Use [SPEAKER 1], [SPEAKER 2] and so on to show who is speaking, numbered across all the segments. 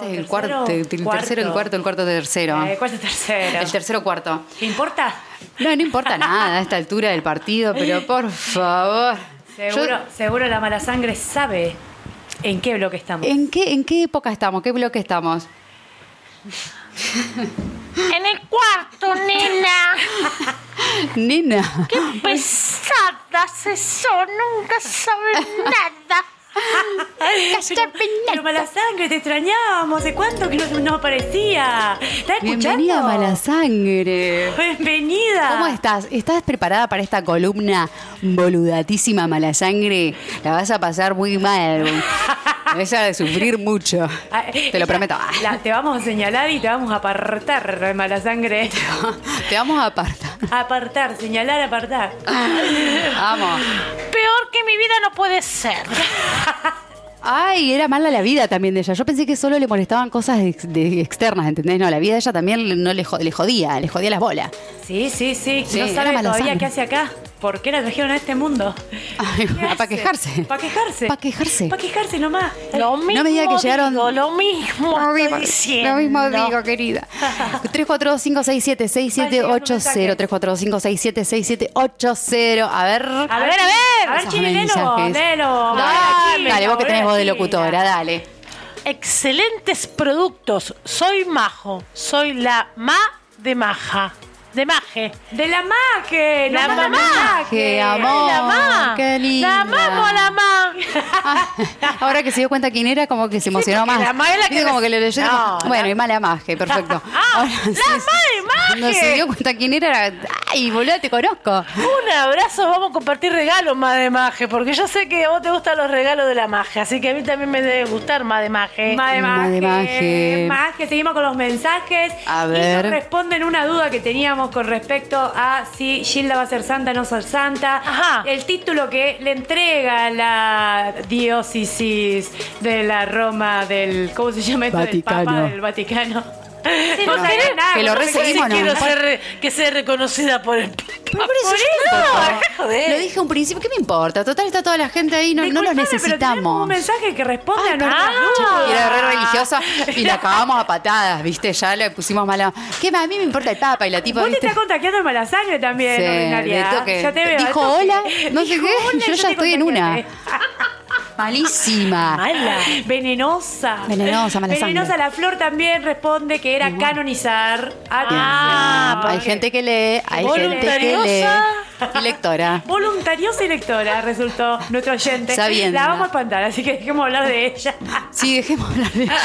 [SPEAKER 1] el cuarto, el tercero, el cuarto, el cuarto tercero.
[SPEAKER 2] Eh, cuarto tercero.
[SPEAKER 1] El tercero cuarto.
[SPEAKER 2] ¿Te importa?
[SPEAKER 1] No, no importa nada a esta altura del partido, pero por favor.
[SPEAKER 2] Seguro,
[SPEAKER 1] Yo-
[SPEAKER 2] seguro la mala sangre sabe en qué bloque estamos.
[SPEAKER 1] ¿En qué, ¿En qué época estamos? ¿Qué bloque estamos?
[SPEAKER 3] En el cuarto, nena.
[SPEAKER 1] Nina.
[SPEAKER 3] Pesadas eso, nunca saben nada.
[SPEAKER 2] Pero mala sangre, te extrañábamos. ¿Hace cuánto que no, no aparecía? ¿Estás escuchando? Ah.
[SPEAKER 1] Bienvenida a Malasangre.
[SPEAKER 2] Bienvenida.
[SPEAKER 1] ¿Cómo estás? ¿Estás preparada para esta columna boludatísima Malasangre? La vas a pasar muy mal. Vas a sufrir mucho.
[SPEAKER 2] Ah, eh,
[SPEAKER 1] Te lo
[SPEAKER 2] ella-
[SPEAKER 1] prometo.
[SPEAKER 2] la- te vamos a señalar y te vamos a apartar, eh, mala sangre.
[SPEAKER 1] Te vamos a apartar.
[SPEAKER 2] Apartar, señalar, apartar.
[SPEAKER 1] Ah. Vamos.
[SPEAKER 3] Peor que mi vida no puede ser.
[SPEAKER 1] Ay, era mala la vida también de ella. Yo pensé que solo le molestaban cosas ex- de- externas, ¿entendés? No, la vida de ella también le- no le, jo- le jodía, le jodía las bolas.
[SPEAKER 2] Sí, sí, sí.
[SPEAKER 1] Sí,
[SPEAKER 2] no
[SPEAKER 1] era
[SPEAKER 2] sabe
[SPEAKER 1] mala
[SPEAKER 2] todavía
[SPEAKER 1] sangre.
[SPEAKER 2] qué hace acá. ¿Por qué la trajeron a este mundo?
[SPEAKER 1] Para Ah, quejarse.
[SPEAKER 2] Para quejarse.
[SPEAKER 1] Pa' quejarse.
[SPEAKER 2] Para quejarse nomás.
[SPEAKER 3] Lo mismo
[SPEAKER 1] No me diga que llegaron-
[SPEAKER 3] digo, lo mismo
[SPEAKER 1] Lo
[SPEAKER 3] estoy
[SPEAKER 1] mismo-
[SPEAKER 3] diciendo.
[SPEAKER 1] Lo mismo digo, querida. 342-567-6780. 342-567-6780. A
[SPEAKER 2] A ver,
[SPEAKER 1] ver.
[SPEAKER 3] a ver.
[SPEAKER 2] A ver,
[SPEAKER 1] Esos
[SPEAKER 2] Chile, léelo,
[SPEAKER 1] mensajes.
[SPEAKER 2] léelo.
[SPEAKER 1] Dale,
[SPEAKER 2] Chile,
[SPEAKER 1] dale, vos que tenés voz de
[SPEAKER 2] Chile.
[SPEAKER 1] locutora, dale.
[SPEAKER 3] Excelentes productos. Soy Majo. Soy la ma de maja. De maje.
[SPEAKER 2] De la maje.
[SPEAKER 3] La
[SPEAKER 2] no, no,
[SPEAKER 3] mamá.
[SPEAKER 1] Qué
[SPEAKER 3] Ay, la ma.
[SPEAKER 1] amor. Oh, Qué linda.
[SPEAKER 3] La amamos, la ma.
[SPEAKER 1] Ah, ahora que se dio cuenta quién era, como que se emocionó
[SPEAKER 3] porque
[SPEAKER 1] más.
[SPEAKER 3] la maga es la que
[SPEAKER 1] Viste, como
[SPEAKER 3] me-
[SPEAKER 1] que lo leyó.
[SPEAKER 3] No,
[SPEAKER 1] como, bueno,
[SPEAKER 3] la-
[SPEAKER 1] y mala maje, perfecto.
[SPEAKER 3] Ah, la maga de
[SPEAKER 1] No
[SPEAKER 3] maje.
[SPEAKER 1] se dio cuenta quién era. Ay, boludo, te conozco.
[SPEAKER 3] Un abrazo, vamos a compartir regalos, ma de maje, porque yo sé que a vos te gustan los regalos de la maje, así que a mí también me debe gustar ma de maje.
[SPEAKER 2] Madre
[SPEAKER 1] Madre
[SPEAKER 2] Maje.
[SPEAKER 1] Maje.
[SPEAKER 2] Maje, seguimos con los mensajes.
[SPEAKER 1] A
[SPEAKER 2] Y
[SPEAKER 1] ver.
[SPEAKER 2] nos responden una duda que teníamos con respecto a si Gilda va a ser santa o no ser santa.
[SPEAKER 3] Ajá.
[SPEAKER 2] El título que le entrega la diócesis de la Roma del. ¿Cómo se llama esto? Del
[SPEAKER 1] Vaticano.
[SPEAKER 2] Papa del Vaticano.
[SPEAKER 3] Si
[SPEAKER 2] No
[SPEAKER 3] no
[SPEAKER 2] sabía
[SPEAKER 3] querés-
[SPEAKER 2] nada,
[SPEAKER 1] que lo
[SPEAKER 2] no sé
[SPEAKER 3] Sí,
[SPEAKER 2] cuál es.
[SPEAKER 1] recibimos, ¿no?
[SPEAKER 3] quiero ser re- que sea reconocida por el
[SPEAKER 1] Pero por eso
[SPEAKER 3] Por
[SPEAKER 1] yo
[SPEAKER 3] eso,
[SPEAKER 1] tampoco.
[SPEAKER 3] dejá joder.
[SPEAKER 1] Lo dije a un principio, ¿qué me importa? Total, está toda la gente ahí, no, no los
[SPEAKER 2] Disculpame, pero tenemos
[SPEAKER 1] necesitamos.
[SPEAKER 2] un mensaje que Ah. responde a nuestras
[SPEAKER 1] Y
[SPEAKER 2] dudas.
[SPEAKER 1] era re religiosa y la acabamos a patadas, ¿viste? Ya le pusimos mala. ¿Qué más? A mí me importa el papa y la tipa.
[SPEAKER 2] Vos te
[SPEAKER 1] ¿viste?
[SPEAKER 2] estás contagiando el mala sangre también,
[SPEAKER 1] Sí,
[SPEAKER 2] ordinaria.
[SPEAKER 1] de toque.
[SPEAKER 2] Ya te veo.
[SPEAKER 1] Dijo
[SPEAKER 2] de toque.
[SPEAKER 1] hola, no sé
[SPEAKER 2] Dijo
[SPEAKER 1] qué,
[SPEAKER 2] hola,
[SPEAKER 1] yo ya
[SPEAKER 2] te Ah,
[SPEAKER 1] estoy en una.
[SPEAKER 2] contagiaste.
[SPEAKER 1] Malísima.
[SPEAKER 3] mala.
[SPEAKER 2] Venenosa.
[SPEAKER 1] Venenosa, mala
[SPEAKER 2] Venenosa.
[SPEAKER 1] sangre.
[SPEAKER 2] La flor también responde que era canonizar.
[SPEAKER 3] Ah,
[SPEAKER 1] Hay gente que lee, hay gente que
[SPEAKER 3] Voluntariosa.
[SPEAKER 1] lee. Y lectora.
[SPEAKER 2] Voluntariosa y lectora resultó nuestro oyente.
[SPEAKER 1] Sabiendo.
[SPEAKER 2] La vamos a espantar, así que dejemos hablar de ella.
[SPEAKER 1] Sí, dejemos hablar de ella.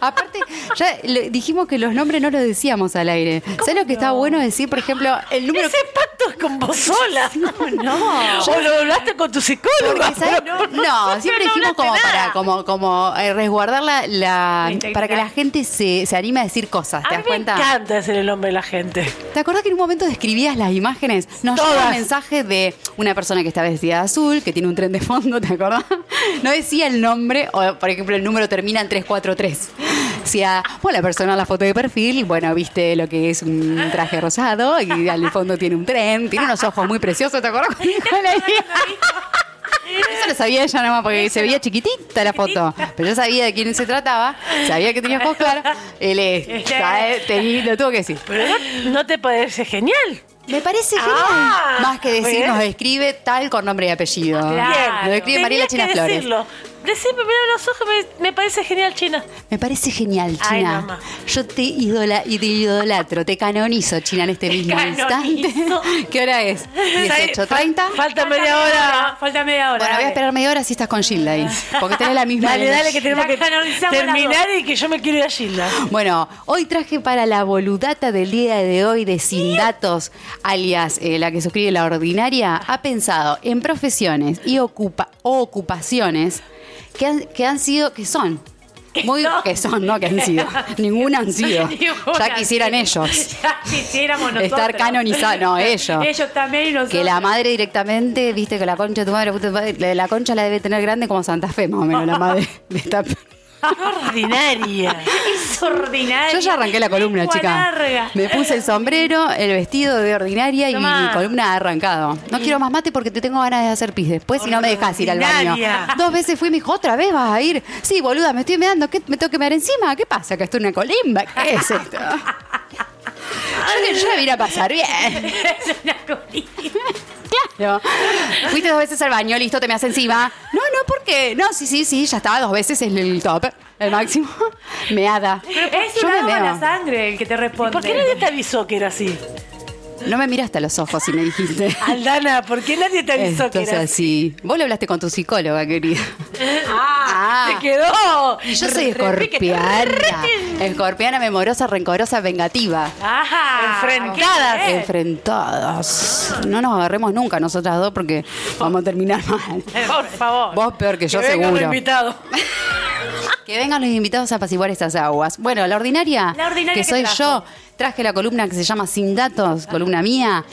[SPEAKER 1] Aparte, ya le- dijimos que los nombres no los decíamos al aire. ¿Sabes lo que está bueno decir? Por ejemplo, el número.
[SPEAKER 3] Ese pacto es con vos sola.
[SPEAKER 2] no.
[SPEAKER 3] O lo hablaste con tu psicóloga.
[SPEAKER 1] Porque, ¿sabes?
[SPEAKER 3] pero-
[SPEAKER 1] No, siempre
[SPEAKER 3] pero no
[SPEAKER 1] dijimos como
[SPEAKER 3] hablaste
[SPEAKER 1] para
[SPEAKER 3] nada.
[SPEAKER 1] como, como eh, resguardar la, la-
[SPEAKER 2] La integridad.
[SPEAKER 1] para que la gente se, se anime a decir cosas, ¿te
[SPEAKER 3] A mí
[SPEAKER 1] das
[SPEAKER 3] me
[SPEAKER 1] cuenta?
[SPEAKER 3] encanta ser el hombre de la gente.
[SPEAKER 1] ¿Te acordás que en un momento describías las imágenes? Nos llegó
[SPEAKER 3] Todas.
[SPEAKER 1] un mensaje de una persona que está vestida de azul, que tiene un tren de fondo, ¿te acordás? No decía el nombre, o por ejemplo el número termina en 343. Decía, bueno, la persona en la foto de perfil, y, bueno, viste lo que es un traje rosado y al fondo tiene un tren, tiene unos ojos muy preciosos, ¿te acordás? cuando dijo la Eso lo sabía ella nomás porque se veía chiquitita la foto. Pero yo sabía de quién se trataba, sabía que tenía ojos claros. Él es, ¿sabes? Tenía- lo tuvo que decir.
[SPEAKER 3] Pero no, no te parece genial.
[SPEAKER 1] Me parece genial.
[SPEAKER 3] Ah,
[SPEAKER 1] Más que decir,
[SPEAKER 3] bueno.
[SPEAKER 1] nos escribe tal con nombre y apellido.
[SPEAKER 2] Claro.
[SPEAKER 1] Bien. Nos escribe Mariela China
[SPEAKER 3] Tenías que
[SPEAKER 1] Flores.
[SPEAKER 3] decirlo. Decime, mira los ojos, me, me parece genial, China.
[SPEAKER 1] Me parece genial,
[SPEAKER 3] Ay,
[SPEAKER 1] China.
[SPEAKER 3] mamá.
[SPEAKER 1] Yo te, idola, y te idolatro, te canonizo, China, en este mismo
[SPEAKER 2] canonizo.
[SPEAKER 1] instante. ¿Qué hora es? ¿18.30?
[SPEAKER 3] Falta media hora.
[SPEAKER 2] Falta media hora.
[SPEAKER 1] Bueno, voy a esperar media hora si estás con Gilda ahí. Porque tenés la misma.
[SPEAKER 3] Dale,
[SPEAKER 1] energía.
[SPEAKER 3] dale, que tenemos
[SPEAKER 2] La
[SPEAKER 3] que
[SPEAKER 2] canonizamos las
[SPEAKER 3] terminar y que yo me quiero ir a Gilda.
[SPEAKER 1] Bueno, hoy traje para la boludata del día de hoy de Sin Datos, alias eh, la que suscribe la ordinaria, ha pensado en profesiones y ocupa, o ocupaciones que han, que han sido, que son. Muy,
[SPEAKER 2] son?
[SPEAKER 1] que son, no que han sido. Ninguna han sido.
[SPEAKER 2] Ninguna.
[SPEAKER 1] Ya quisieran ellos.
[SPEAKER 2] Ya quisiéramos nosotros.
[SPEAKER 1] Estar canonizados. No, ellos.
[SPEAKER 2] Ellos también y nosotros.
[SPEAKER 1] Que la madre directamente, viste, que la concha de tu madre, puta madre, la- la concha la debe tener grande como Santa Fe, más o menos, la madre de esta.
[SPEAKER 3] Ordinaria.
[SPEAKER 2] Es ordinaria.
[SPEAKER 1] Yo ya arranqué la columna,
[SPEAKER 2] Lengua
[SPEAKER 1] chica.
[SPEAKER 2] larga.
[SPEAKER 1] Me puse el sombrero, el vestido de ordinaria y
[SPEAKER 2] Tomá.
[SPEAKER 1] mi columna arrancado. No quiero más mate porque te tengo ganas de hacer pis después si no me dejas ir al baño.
[SPEAKER 3] Ordinaria.
[SPEAKER 1] Dos veces fui y me dijo, otra vez vas a ir. Sí, boluda, me estoy meando. ¿Qué me tengo que mear encima? ¿Qué pasa? ¿Que estoy en una colimba? ¿Qué es esto? Yo, que yo la vine a pasar bien.
[SPEAKER 2] Es una colina.
[SPEAKER 1] Claro. Fuiste dos veces al baño, listo, te me haces encima. No, no, ¿por qué? No, sí, sí, sí, ya estaba dos veces en el top, el máximo. Meada.
[SPEAKER 2] Es
[SPEAKER 1] Yo
[SPEAKER 2] un
[SPEAKER 1] me
[SPEAKER 2] agua a la
[SPEAKER 1] meo.
[SPEAKER 2] sangre el que te responde.
[SPEAKER 3] ¿Por qué nadie te avisó que era así?
[SPEAKER 1] No me miraste a los ojos y me dijiste.
[SPEAKER 3] Aldana, ¿por qué nadie te avisó
[SPEAKER 1] Esto
[SPEAKER 3] que
[SPEAKER 1] es
[SPEAKER 3] era así?
[SPEAKER 1] así. Vos lo hablaste con tu psicóloga, querida.
[SPEAKER 3] Ah,
[SPEAKER 1] Ah.
[SPEAKER 3] te quedó.
[SPEAKER 1] Y yo soy
[SPEAKER 3] Repique.
[SPEAKER 1] escorpiana. Escorpiana memorosa, rencorosa, vengativa.
[SPEAKER 2] Ajá.
[SPEAKER 3] Enfrentadas.
[SPEAKER 2] ¿Qué?
[SPEAKER 1] Enfrentadas. No nos agarremos nunca nosotras dos porque vamos a terminar mal.
[SPEAKER 3] Por favor.
[SPEAKER 1] Vos peor que yo,
[SPEAKER 3] venga un
[SPEAKER 1] seguro.
[SPEAKER 3] invitado.
[SPEAKER 1] Que vengan los invitados a apaciguar estas aguas. Bueno, la ordinaria,
[SPEAKER 2] La ordinaria
[SPEAKER 1] que
[SPEAKER 2] que
[SPEAKER 1] soy
[SPEAKER 2] trajo.
[SPEAKER 1] yo, traje la columna que se llama Sin Datos, columna mía.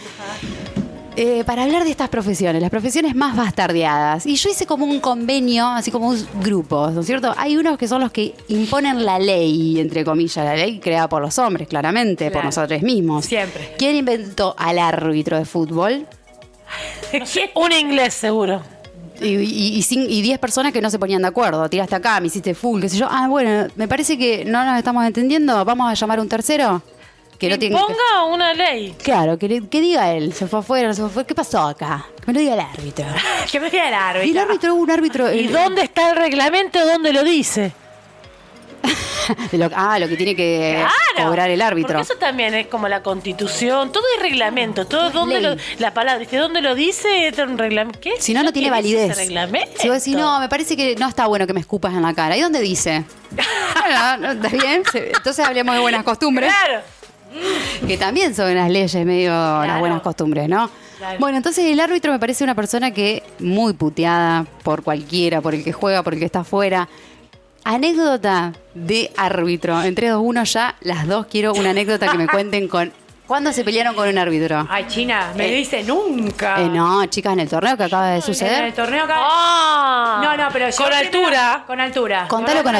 [SPEAKER 1] eh, para hablar de estas profesiones, las profesiones más bastardeadas. Y yo hice como un convenio, así como un grupo, ¿no es cierto? Hay unos que son los que imponen la ley, entre comillas, la ley creada por los hombres, claramente, por
[SPEAKER 2] Claro.
[SPEAKER 1] nosotros mismos.
[SPEAKER 2] Siempre.
[SPEAKER 1] ¿Quién inventó al árbitro de fútbol?
[SPEAKER 3] Un inglés, seguro.
[SPEAKER 1] Y, y, y cin- y 10 personas que no se ponían de acuerdo. Tiraste acá, me hiciste full, qué sé yo. Ah, bueno, me parece que no nos estamos entendiendo. Vamos a llamar a un tercero. Que no tiene que-
[SPEAKER 3] Ponga una ley.
[SPEAKER 1] Claro, que, le- que diga él. Se fue afuera, no se fue afuera. ¿Qué pasó acá? Que me lo diga el árbitro.
[SPEAKER 2] Que me fui al árbitro.
[SPEAKER 1] Y el árbitro, un árbitro. eh,
[SPEAKER 3] ¿Y
[SPEAKER 1] el-
[SPEAKER 3] dónde está el reglamento? ¿Dónde lo dice?
[SPEAKER 1] lo- ah, lo que tiene que cobrar el árbitro.
[SPEAKER 3] Porque eso también es como la constitución, todo es reglamento, todo es donde lo,
[SPEAKER 1] ley.
[SPEAKER 3] la palabra, ¿viste? ¿Dónde lo dice? Es un reglamento. ¿Qué?
[SPEAKER 1] Si no, no tiene
[SPEAKER 3] ¿Qué dice
[SPEAKER 1] validez.
[SPEAKER 3] ese reglamento?
[SPEAKER 1] Si vos decís, no, me parece que no está bueno que me escupas en la cara. ¿Y dónde dice? Bueno, no, está bien. Se- Entonces hablemos de buenas costumbres.
[SPEAKER 3] Claro.
[SPEAKER 1] que también son las leyes, medio las buenas costumbres, ¿no? Bueno, entonces el árbitro me parece una persona que muy puteada por cualquiera, por el que juega, por el que está afuera. Anécdota de árbitro. En 3, 2, 1 ya, las dos quiero una anécdota que me cuenten con... ¿Cuándo se pelearon con un árbitro?
[SPEAKER 2] Ay, China, me
[SPEAKER 1] Eh,
[SPEAKER 2] lo dice nunca.
[SPEAKER 1] Eh, no, chicas, en el torneo que acaba de
[SPEAKER 2] Ah. En el
[SPEAKER 1] suceder.
[SPEAKER 2] torneo acá.
[SPEAKER 3] Ah.
[SPEAKER 2] No, no, pero yo.
[SPEAKER 3] Con
[SPEAKER 2] primero-
[SPEAKER 3] altura.
[SPEAKER 2] Con altura.
[SPEAKER 1] Contalo con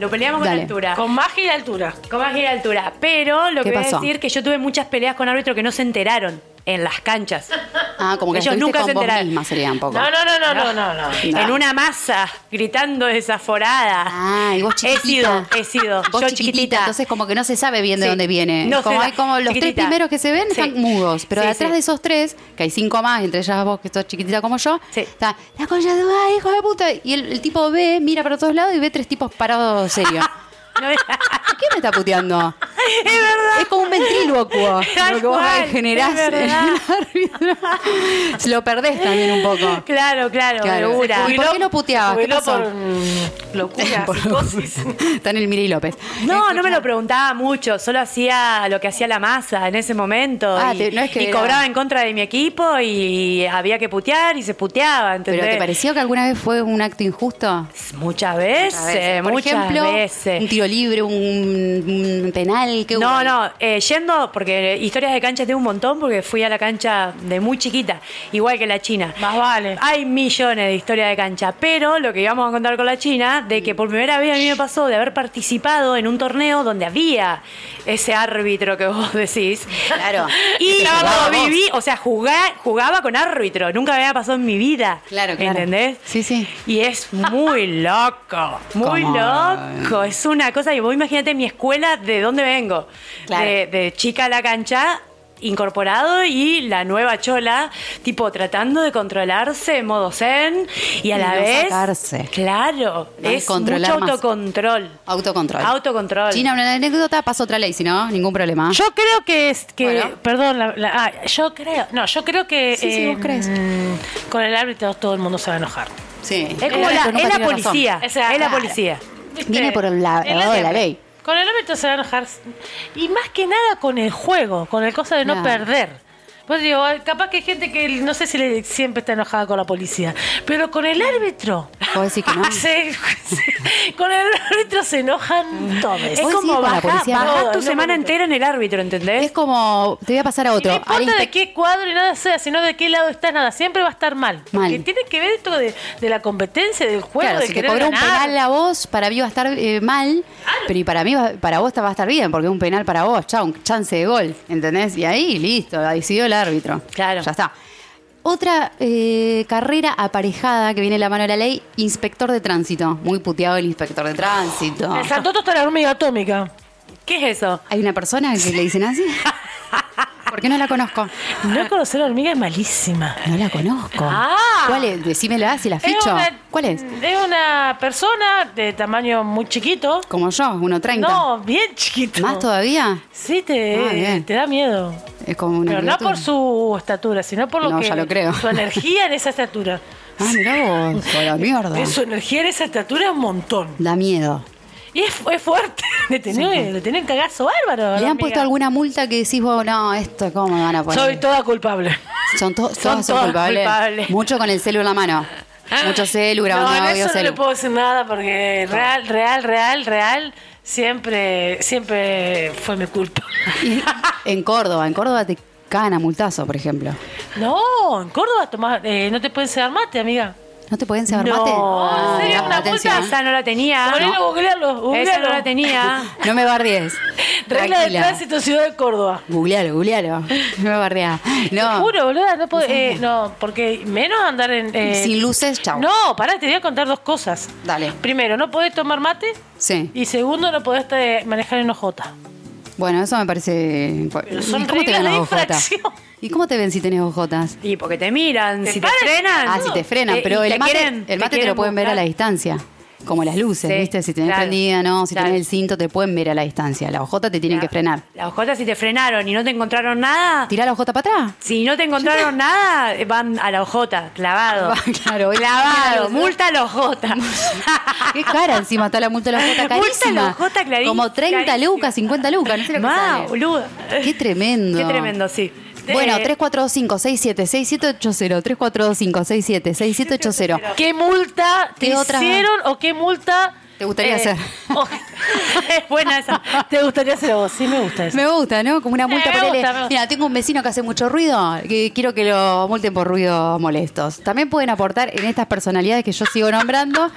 [SPEAKER 2] Lo peleamos con
[SPEAKER 1] Dale.
[SPEAKER 2] altura.
[SPEAKER 3] Con magia y altura.
[SPEAKER 2] Con más ir a altura. Pero lo
[SPEAKER 1] ¿Qué
[SPEAKER 2] que voy a
[SPEAKER 1] pasó?
[SPEAKER 2] decir que yo tuve muchas peleas con árbitros que no se enteraron en las canchas.
[SPEAKER 1] Ah, como que
[SPEAKER 2] Ellos
[SPEAKER 1] estuviste
[SPEAKER 2] nunca
[SPEAKER 1] con
[SPEAKER 2] se
[SPEAKER 1] vos
[SPEAKER 2] enteraron.
[SPEAKER 1] misma sería un poco.
[SPEAKER 3] No, no, no, no, no, no. no.
[SPEAKER 1] No.
[SPEAKER 2] En una masa, gritando desaforada.
[SPEAKER 1] Ah, y vos
[SPEAKER 2] He
[SPEAKER 1] chiquitita.
[SPEAKER 2] sido, he sido.
[SPEAKER 1] Vos
[SPEAKER 2] yo
[SPEAKER 1] chiquitita, entonces como que no se sabe bien de
[SPEAKER 2] Sí.
[SPEAKER 1] dónde viene.
[SPEAKER 2] No
[SPEAKER 1] como
[SPEAKER 2] se da-
[SPEAKER 1] hay como los tres
[SPEAKER 2] chiquitita.
[SPEAKER 1] primeros que se ven
[SPEAKER 2] Sí.
[SPEAKER 1] están mudos, pero
[SPEAKER 2] Sí,
[SPEAKER 1] detrás
[SPEAKER 2] sí.
[SPEAKER 1] de esos tres, que hay cinco más, entre ellas vos que sos chiquitita como yo,
[SPEAKER 2] Sí.
[SPEAKER 1] está la concha de tu madre, hijo de puta. Y el, el tipo ve, mira para todos lados y ve tres tipos parados serios.
[SPEAKER 2] No
[SPEAKER 1] Ah.
[SPEAKER 2] era-
[SPEAKER 1] ¿Quién me está puteando?
[SPEAKER 2] es verdad.
[SPEAKER 1] Es como un ventrílocuo.
[SPEAKER 2] Tal
[SPEAKER 1] Lo que vos
[SPEAKER 2] cual,
[SPEAKER 1] generás
[SPEAKER 2] es
[SPEAKER 1] en el
[SPEAKER 2] verdad.
[SPEAKER 1] árbitro. Se lo perdés también un poco.
[SPEAKER 2] Claro, claro,
[SPEAKER 1] Claro.
[SPEAKER 2] segura.
[SPEAKER 1] ¿Y por qué lo puteabas? ¿Qué
[SPEAKER 3] Jubiló
[SPEAKER 1] pasó?
[SPEAKER 3] por mm, locura,
[SPEAKER 1] Por-
[SPEAKER 3] psicosis.
[SPEAKER 1] Está en el Miri López.
[SPEAKER 2] No, no me lo preguntaba mucho, solo hacía lo que hacía la masa en ese momento.
[SPEAKER 1] Ah,
[SPEAKER 2] y,
[SPEAKER 1] te- no es que
[SPEAKER 2] y
[SPEAKER 1] era-
[SPEAKER 2] cobraba en contra de mi equipo y había que putear y se puteaba, ¿entendés?
[SPEAKER 1] ¿Pero te pareció que alguna vez fue un acto injusto?
[SPEAKER 2] Muchas veces, muchas veces.
[SPEAKER 1] Por ejemplo, un tiro libre, un, un penal, que
[SPEAKER 2] No, no, eh, yendo, porque historias de cancha tengo un montón, porque fui a la cancha de muy chiquita, igual que la China.
[SPEAKER 3] Más vale.
[SPEAKER 2] Hay millones de historias de cancha, pero lo que íbamos a contar con la China, de que por primera vez a mí me pasó de haber participado en un torneo donde había ese árbitro que vos decís.
[SPEAKER 1] Claro.
[SPEAKER 2] Y
[SPEAKER 1] Jugaba
[SPEAKER 2] lo
[SPEAKER 1] vos.
[SPEAKER 2] viví, o sea, jugá- jugaba con árbitro, nunca me había pasado en mi vida.
[SPEAKER 1] Claro, claro.
[SPEAKER 2] ¿Entendés?
[SPEAKER 1] Sí, sí.
[SPEAKER 2] Y es muy loco, muy
[SPEAKER 1] Como-
[SPEAKER 2] loco. Es una cosa, y vos imagínate mi escuela, de dónde vengo.
[SPEAKER 1] Claro.
[SPEAKER 2] De, de chica a la cancha, incorporado, y la nueva chola, tipo tratando de controlarse, modo zen, y a
[SPEAKER 1] Y
[SPEAKER 2] la
[SPEAKER 1] no
[SPEAKER 2] vez...
[SPEAKER 1] sacarse.
[SPEAKER 2] Claro,
[SPEAKER 1] No
[SPEAKER 2] es
[SPEAKER 1] controlar
[SPEAKER 2] mucho
[SPEAKER 1] más.
[SPEAKER 2] autocontrol.
[SPEAKER 1] Autocontrol.
[SPEAKER 2] Autocontrol.
[SPEAKER 1] China, una anécdota, pasa otra ley, si no, ningún problema.
[SPEAKER 3] Yo creo que es que,
[SPEAKER 1] Bueno.
[SPEAKER 3] perdón, la- la- ah, yo creo, no, yo creo que
[SPEAKER 1] Sí, sí, vos crees.
[SPEAKER 3] mm, con el árbitro todo el mundo se va a enojar.
[SPEAKER 1] sí. Eh,
[SPEAKER 2] Es como
[SPEAKER 1] El
[SPEAKER 2] la, es
[SPEAKER 1] árbitro nunca
[SPEAKER 2] la
[SPEAKER 1] tiene razón.
[SPEAKER 2] policía,
[SPEAKER 3] O sea,
[SPEAKER 2] es la
[SPEAKER 3] claro.
[SPEAKER 2] policía.
[SPEAKER 3] ¿Viste?
[SPEAKER 1] Viene por el la-
[SPEAKER 3] Es
[SPEAKER 1] lado de la
[SPEAKER 3] siempre.
[SPEAKER 1] ley.
[SPEAKER 3] Con el árbitro se va a enojar y más que nada con el juego, con el cosa de no
[SPEAKER 1] Claro.
[SPEAKER 3] perder. Pues digo, capaz que hay gente que no sé si le- siempre está enojada con la policía, pero con el árbitro.
[SPEAKER 1] Vos decís que no.
[SPEAKER 3] Sí, sí. con el árbitro se
[SPEAKER 1] Mm.
[SPEAKER 3] enojan todos.
[SPEAKER 2] Es como
[SPEAKER 1] Vos decís, con la
[SPEAKER 2] bajar
[SPEAKER 1] policía
[SPEAKER 2] bajar
[SPEAKER 3] no,
[SPEAKER 2] tu
[SPEAKER 3] no
[SPEAKER 2] semana
[SPEAKER 3] me gusta.
[SPEAKER 2] entera en el árbitro, ¿entendés?
[SPEAKER 1] Es como, te voy a pasar a
[SPEAKER 3] Y
[SPEAKER 1] otro.
[SPEAKER 3] No
[SPEAKER 1] Al
[SPEAKER 3] importa
[SPEAKER 1] inspec-
[SPEAKER 3] de qué cuadro y nada sea, sino de qué lado estás, nada. Siempre va a estar mal.
[SPEAKER 1] Mal.
[SPEAKER 3] Porque tiene que ver esto de, de la competencia, del juego,
[SPEAKER 1] Claro,
[SPEAKER 3] de
[SPEAKER 1] si te
[SPEAKER 3] querer
[SPEAKER 1] cobró un
[SPEAKER 3] ganar.
[SPEAKER 1] penal a vos, para mí va a estar eh, mal, pero y para mí va- para vos va a estar bien, porque es un penal para vos, chao, un chance de gol, ¿entendés? Y ahí, listo, la decidió el árbitro.
[SPEAKER 2] Claro.
[SPEAKER 1] Ya está. Otra eh, carrera aparejada que viene de la mano de la ley, inspector de tránsito. Muy puteado el inspector de tránsito.
[SPEAKER 3] El Santoto está la hormiga atómica.
[SPEAKER 2] ¿Qué es eso?
[SPEAKER 1] ¿Hay una persona que le dicen así? ¿Por qué no la conozco? Ah.
[SPEAKER 3] No conocer a la hormiga es malísima.
[SPEAKER 1] No la conozco.
[SPEAKER 3] Ah.
[SPEAKER 1] ¿Cuál es? Decímela si la
[SPEAKER 3] Es
[SPEAKER 1] ficho.
[SPEAKER 3] una-
[SPEAKER 1] ¿Cuál es?
[SPEAKER 3] Es una persona de tamaño muy chiquito.
[SPEAKER 1] Como yo, 1.30.
[SPEAKER 3] No, bien chiquito.
[SPEAKER 1] ¿Más todavía?
[SPEAKER 3] Sí, te,
[SPEAKER 1] Ah, bien.
[SPEAKER 3] te da miedo.
[SPEAKER 1] Es como una
[SPEAKER 3] Pero no
[SPEAKER 1] criatura.
[SPEAKER 3] por su estatura, sino por lo
[SPEAKER 1] No,
[SPEAKER 3] que.
[SPEAKER 1] ya lo creo.
[SPEAKER 3] Su energía en esa estatura.
[SPEAKER 1] Ah, mirá vos, a la mierda.
[SPEAKER 3] Eh, Su energía en esa estatura es un montón.
[SPEAKER 1] Da miedo.
[SPEAKER 3] Y es, es fuerte. Le tenía, le tenía un cagazo bárbaro. a la
[SPEAKER 1] ¿Le han
[SPEAKER 3] hormiga.
[SPEAKER 1] puesto alguna multa que decís vos, no, esto, cómo me van a poner?
[SPEAKER 3] Soy toda culpable.
[SPEAKER 1] son to-
[SPEAKER 2] son
[SPEAKER 1] todas son
[SPEAKER 2] todas
[SPEAKER 1] culpables.
[SPEAKER 2] culpables.
[SPEAKER 1] Mucho con el celu en la mano. Mucho celu,
[SPEAKER 3] no,
[SPEAKER 1] grabando
[SPEAKER 3] en
[SPEAKER 1] audio,
[SPEAKER 3] eso no
[SPEAKER 1] celu.
[SPEAKER 3] le puedo decir nada porque real, real, real, real, siempre, Eh, siempre fue mi culpa.
[SPEAKER 1] Y en Córdoba, en Córdoba te cagan a multazo, por ejemplo.
[SPEAKER 3] No, en Córdoba tomás, eh, no te pueden cegar mate, amiga.
[SPEAKER 1] ¿No te pueden saber
[SPEAKER 3] No,
[SPEAKER 1] mate? Ah,
[SPEAKER 3] ¿en serio?
[SPEAKER 1] mirá,
[SPEAKER 3] Una
[SPEAKER 1] atención.
[SPEAKER 2] Esa Ah, no la tenía.
[SPEAKER 3] Ponelo, googlealo,
[SPEAKER 2] Esa no
[SPEAKER 3] googlealo.
[SPEAKER 2] la tenía.
[SPEAKER 1] ¿eh? No me bardies.
[SPEAKER 3] Regla de
[SPEAKER 1] Tranquila.
[SPEAKER 3] tránsito Ciudad de Córdoba.
[SPEAKER 1] Googlealo, googlealo. No me bardeas.
[SPEAKER 3] Te
[SPEAKER 1] No.
[SPEAKER 3] juro, boluda, no puedo, eh, no, porque menos andar en... eh,
[SPEAKER 1] Sin luces, chao.
[SPEAKER 3] No, pará, te voy a contar dos cosas.
[SPEAKER 1] Dale.
[SPEAKER 3] Primero, no podés tomar mate
[SPEAKER 1] Sí.
[SPEAKER 3] y segundo, no podés eh, manejar en OJ.
[SPEAKER 1] Bueno, eso me parece. pues,
[SPEAKER 3] Pero son
[SPEAKER 1] ¿Y cómo te
[SPEAKER 3] reglas
[SPEAKER 1] ven las
[SPEAKER 3] de
[SPEAKER 1] ojotas?
[SPEAKER 3] infracción.
[SPEAKER 1] ¿Y cómo te ven si tenés ojotas?
[SPEAKER 2] Y porque te miran,
[SPEAKER 3] ¿Te
[SPEAKER 2] si
[SPEAKER 3] paran?
[SPEAKER 2] te frenan.
[SPEAKER 1] Ah, si te frenan,
[SPEAKER 2] Te-
[SPEAKER 1] pero
[SPEAKER 2] Eh, y
[SPEAKER 1] el
[SPEAKER 2] te
[SPEAKER 1] mate,
[SPEAKER 2] quieren-
[SPEAKER 1] el mate te,
[SPEAKER 2] quieren
[SPEAKER 1] lo pueden ver a la
[SPEAKER 2] buscar.
[SPEAKER 1] distancia. Como las luces,
[SPEAKER 2] Sí,
[SPEAKER 1] ¿viste? Si tenés
[SPEAKER 2] claro,
[SPEAKER 1] prendida, no. Si
[SPEAKER 2] claro.
[SPEAKER 1] tenés el cinto, te pueden ver a la distancia. La ojota te tienen que frenar.
[SPEAKER 2] Las ojotas si te frenaron y no te encontraron nada,
[SPEAKER 1] Tirá la ojota para atrás.
[SPEAKER 2] si no te encontraron nada, eh, van a la ojota, clavado.
[SPEAKER 1] claro, hoy-
[SPEAKER 2] Clavado, multa a la ojota.
[SPEAKER 1] Qué cara encima está la multa de la ojota
[SPEAKER 2] Multa a la
[SPEAKER 1] carísima.
[SPEAKER 2] ojota, clarísima,
[SPEAKER 1] Como 30
[SPEAKER 2] carísima.
[SPEAKER 1] lucas, 50 lucas. No sé lo que
[SPEAKER 2] Ma,
[SPEAKER 1] sale.
[SPEAKER 2] boluda.
[SPEAKER 1] Qué tremendo.
[SPEAKER 2] Qué tremendo, sí.
[SPEAKER 1] Bueno,
[SPEAKER 2] Eh,
[SPEAKER 1] 3425-676780. 3425-676780.
[SPEAKER 3] ¿Qué multa te
[SPEAKER 1] ¿Qué otra?
[SPEAKER 2] eh,
[SPEAKER 3] hicieron o qué multa
[SPEAKER 1] ¿Te gustaría hacer?
[SPEAKER 3] o-
[SPEAKER 2] oh, es buena esa.
[SPEAKER 3] ¿Te gustaría hacer a vos? Sí, me gusta eso.
[SPEAKER 1] Me gusta, ¿no? Como una multa
[SPEAKER 3] me
[SPEAKER 1] por e-.
[SPEAKER 3] gusta, me gusta.
[SPEAKER 1] Mira, tengo un vecino que hace mucho ruido, que quiero que lo multen por ruidos molestos. También pueden aportar en estas personalidades que yo sigo nombrando.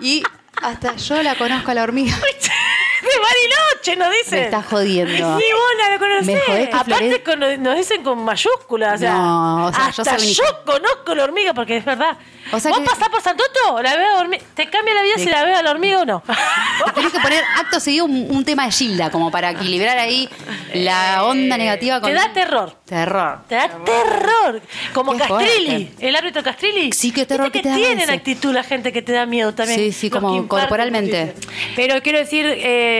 [SPEAKER 1] Y hasta yo la conozco a la hormiga.
[SPEAKER 3] De Bariloche nos dicen.
[SPEAKER 1] Me está jodiendo.
[SPEAKER 2] Ni vos la conocés.
[SPEAKER 1] Me jodés que
[SPEAKER 3] Aparte
[SPEAKER 1] Flores-
[SPEAKER 3] con- nos dicen con mayúsculas. O sea,
[SPEAKER 1] No, o sea, yo
[SPEAKER 3] hasta
[SPEAKER 1] soy
[SPEAKER 3] yo conozco la hormiga porque es verdad.
[SPEAKER 1] O sea
[SPEAKER 3] ¿Vos
[SPEAKER 1] que-
[SPEAKER 3] pasás por Santoto? ¿La veo a la hormiga? ¿Te cambia la vida si la veo a la hormiga o no?
[SPEAKER 1] Tenés que poner acto seguido un, un tema de Gilda, como para equilibrar ahí la onda negativa con.
[SPEAKER 3] Te da terror.
[SPEAKER 1] Terror.
[SPEAKER 3] Te da terror. Como
[SPEAKER 1] Qué
[SPEAKER 3] Castrilli,
[SPEAKER 1] fuerte.
[SPEAKER 3] el árbitro Castrilli.
[SPEAKER 1] Sí, qué terror
[SPEAKER 3] Viste
[SPEAKER 1] que te da
[SPEAKER 3] tienen
[SPEAKER 1] ese.
[SPEAKER 3] actitud la gente que te da miedo también.
[SPEAKER 1] Sí, sí,
[SPEAKER 3] Los que
[SPEAKER 1] como
[SPEAKER 3] imparten
[SPEAKER 1] corporalmente.
[SPEAKER 3] justicia.
[SPEAKER 2] Pero quiero decir, eh,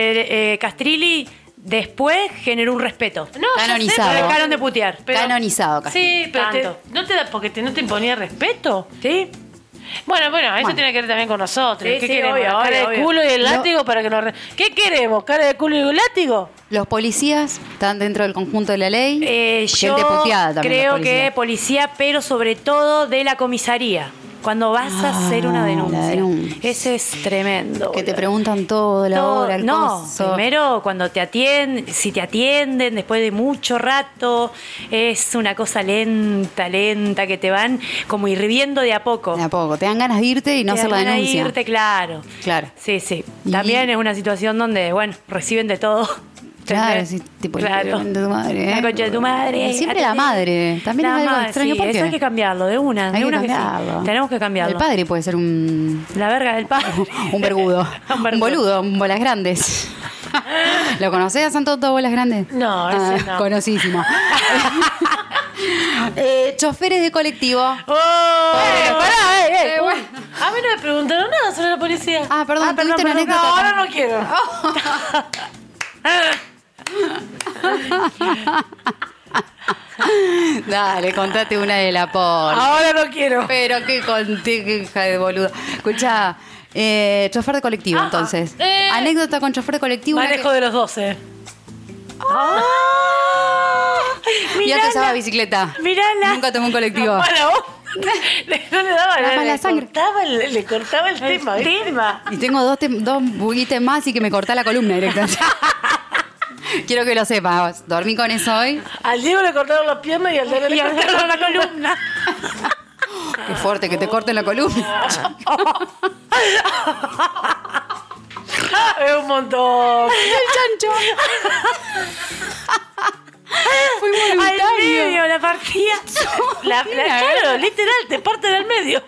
[SPEAKER 2] eh, Castrilli después generó un respeto.
[SPEAKER 3] No, ya sé,
[SPEAKER 1] Canonizado.
[SPEAKER 2] Lo
[SPEAKER 1] Claro.
[SPEAKER 2] dejaron de putear.
[SPEAKER 3] pero-
[SPEAKER 1] Canonizado, casi.
[SPEAKER 3] Sí, pero te-
[SPEAKER 2] Tanto.
[SPEAKER 3] no te da porque te- no te imponía respeto.
[SPEAKER 2] ¿Sí?
[SPEAKER 3] Bueno, bueno, eso
[SPEAKER 1] Bueno.
[SPEAKER 3] tiene que ver también con nosotros.
[SPEAKER 2] Sí, sí,
[SPEAKER 3] ¿Qué queremos?
[SPEAKER 2] obvio,
[SPEAKER 3] ¿La cara
[SPEAKER 2] obvio,
[SPEAKER 3] de
[SPEAKER 2] obvio.
[SPEAKER 3] culo y el
[SPEAKER 1] No.
[SPEAKER 3] látigo para que nos... re- ¿Qué queremos? ¿Cara de culo y un látigo?
[SPEAKER 1] Los policías están dentro del conjunto de la ley.
[SPEAKER 2] Eh,
[SPEAKER 1] Gente
[SPEAKER 2] yo
[SPEAKER 1] puteada también. los
[SPEAKER 2] creo
[SPEAKER 1] policías.
[SPEAKER 2] que policía, pero sobre todo de la comisaría. Cuando vas a hacer una
[SPEAKER 1] Ah, la
[SPEAKER 2] denuncia.
[SPEAKER 1] denuncia.
[SPEAKER 2] Eso es tremendo.
[SPEAKER 1] Que te
[SPEAKER 2] boludo.
[SPEAKER 1] preguntan todo, la
[SPEAKER 2] Todo-
[SPEAKER 1] hora, el
[SPEAKER 2] no,
[SPEAKER 1] coso.
[SPEAKER 2] primero cuando te atienden, si te atienden después de mucho rato, es una cosa lenta, lenta, que te van como hirviendo de a poco.
[SPEAKER 1] De a poco. Te dan ganas de irte y no
[SPEAKER 2] Te
[SPEAKER 1] hacer la
[SPEAKER 2] van a
[SPEAKER 1] denuncia.
[SPEAKER 2] irte, claro.
[SPEAKER 1] Claro.
[SPEAKER 2] Sí, sí.
[SPEAKER 1] Y-
[SPEAKER 2] También es una situación donde, bueno, reciben de todo.
[SPEAKER 1] Claro,
[SPEAKER 2] ¿Entendés?
[SPEAKER 1] sí, tipo,
[SPEAKER 2] Claro.
[SPEAKER 1] la concha de tu madre.
[SPEAKER 2] La
[SPEAKER 1] ¿eh?
[SPEAKER 2] concha de tu madre.
[SPEAKER 1] Y Siempre la
[SPEAKER 2] atendé.
[SPEAKER 1] madre. También
[SPEAKER 2] La
[SPEAKER 1] es algo
[SPEAKER 2] madre,
[SPEAKER 1] extraño.
[SPEAKER 2] sí,
[SPEAKER 1] ¿Por
[SPEAKER 2] Eso
[SPEAKER 1] qué?
[SPEAKER 2] hay que cambiarlo, de una. de
[SPEAKER 1] Hay que
[SPEAKER 2] una Que
[SPEAKER 1] cambiarlo.
[SPEAKER 2] sí. Tenemos que cambiarlo.
[SPEAKER 1] El padre puede ser un,
[SPEAKER 2] La verga del padre.
[SPEAKER 1] un vergudo.
[SPEAKER 2] Un
[SPEAKER 1] un,
[SPEAKER 2] vergudo.
[SPEAKER 1] boludo, un bolas grandes. ¿Lo conocés a Santo Toto Bolas Grandes?
[SPEAKER 3] No,
[SPEAKER 1] Ah,
[SPEAKER 3] ese no.
[SPEAKER 1] Conocidísimo. Eh, choferes de colectivo.
[SPEAKER 3] ¡Oh!
[SPEAKER 1] Eh, pará, eh, eh.
[SPEAKER 3] Uh, A mí no me preguntaron nada sobre la policía.
[SPEAKER 1] Ah, perdón, tuviste una
[SPEAKER 3] No,
[SPEAKER 1] anécdota
[SPEAKER 3] ahora
[SPEAKER 1] también. Ah.
[SPEAKER 3] no quiero.
[SPEAKER 1] Dale, contate una de la por.
[SPEAKER 3] Ahora no quiero.
[SPEAKER 1] Pero qué conté, qué hija de boludo. Escucha, eh, chofer de colectivo,
[SPEAKER 2] Ah,
[SPEAKER 3] Ajá.
[SPEAKER 1] entonces.
[SPEAKER 3] Eh.
[SPEAKER 1] Anécdota con chofer de colectivo. una
[SPEAKER 3] Manejo
[SPEAKER 1] que-
[SPEAKER 3] de los 12.
[SPEAKER 2] ¡Ah!
[SPEAKER 1] Yo
[SPEAKER 2] Mirala,
[SPEAKER 1] que usaba bicicleta.
[SPEAKER 2] mirala.
[SPEAKER 1] Nunca tomé un colectivo.
[SPEAKER 3] Mala onda. No le daba
[SPEAKER 1] La
[SPEAKER 3] le-
[SPEAKER 1] mala
[SPEAKER 3] le
[SPEAKER 1] sangre.
[SPEAKER 3] Cortaba el, le cortaba el tema. ¿viste?
[SPEAKER 2] Tema.
[SPEAKER 1] Y tengo dos, tem- dos buguites más y que me corta la columna directamente. Quiero que lo sepas. Dormí con eso hoy.
[SPEAKER 3] Al Diego le cortaron las piernas y al Dani
[SPEAKER 2] Y
[SPEAKER 3] le
[SPEAKER 2] hablaron
[SPEAKER 3] cortaron
[SPEAKER 2] la
[SPEAKER 3] la columna.
[SPEAKER 2] columna.
[SPEAKER 1] Qué fuerte que te corten la columna.
[SPEAKER 3] Es un montón.
[SPEAKER 1] el chancho. Fue
[SPEAKER 2] Al
[SPEAKER 1] voluntario.
[SPEAKER 2] medio, la partida.
[SPEAKER 3] La, la- claro, literal, te parten al medio.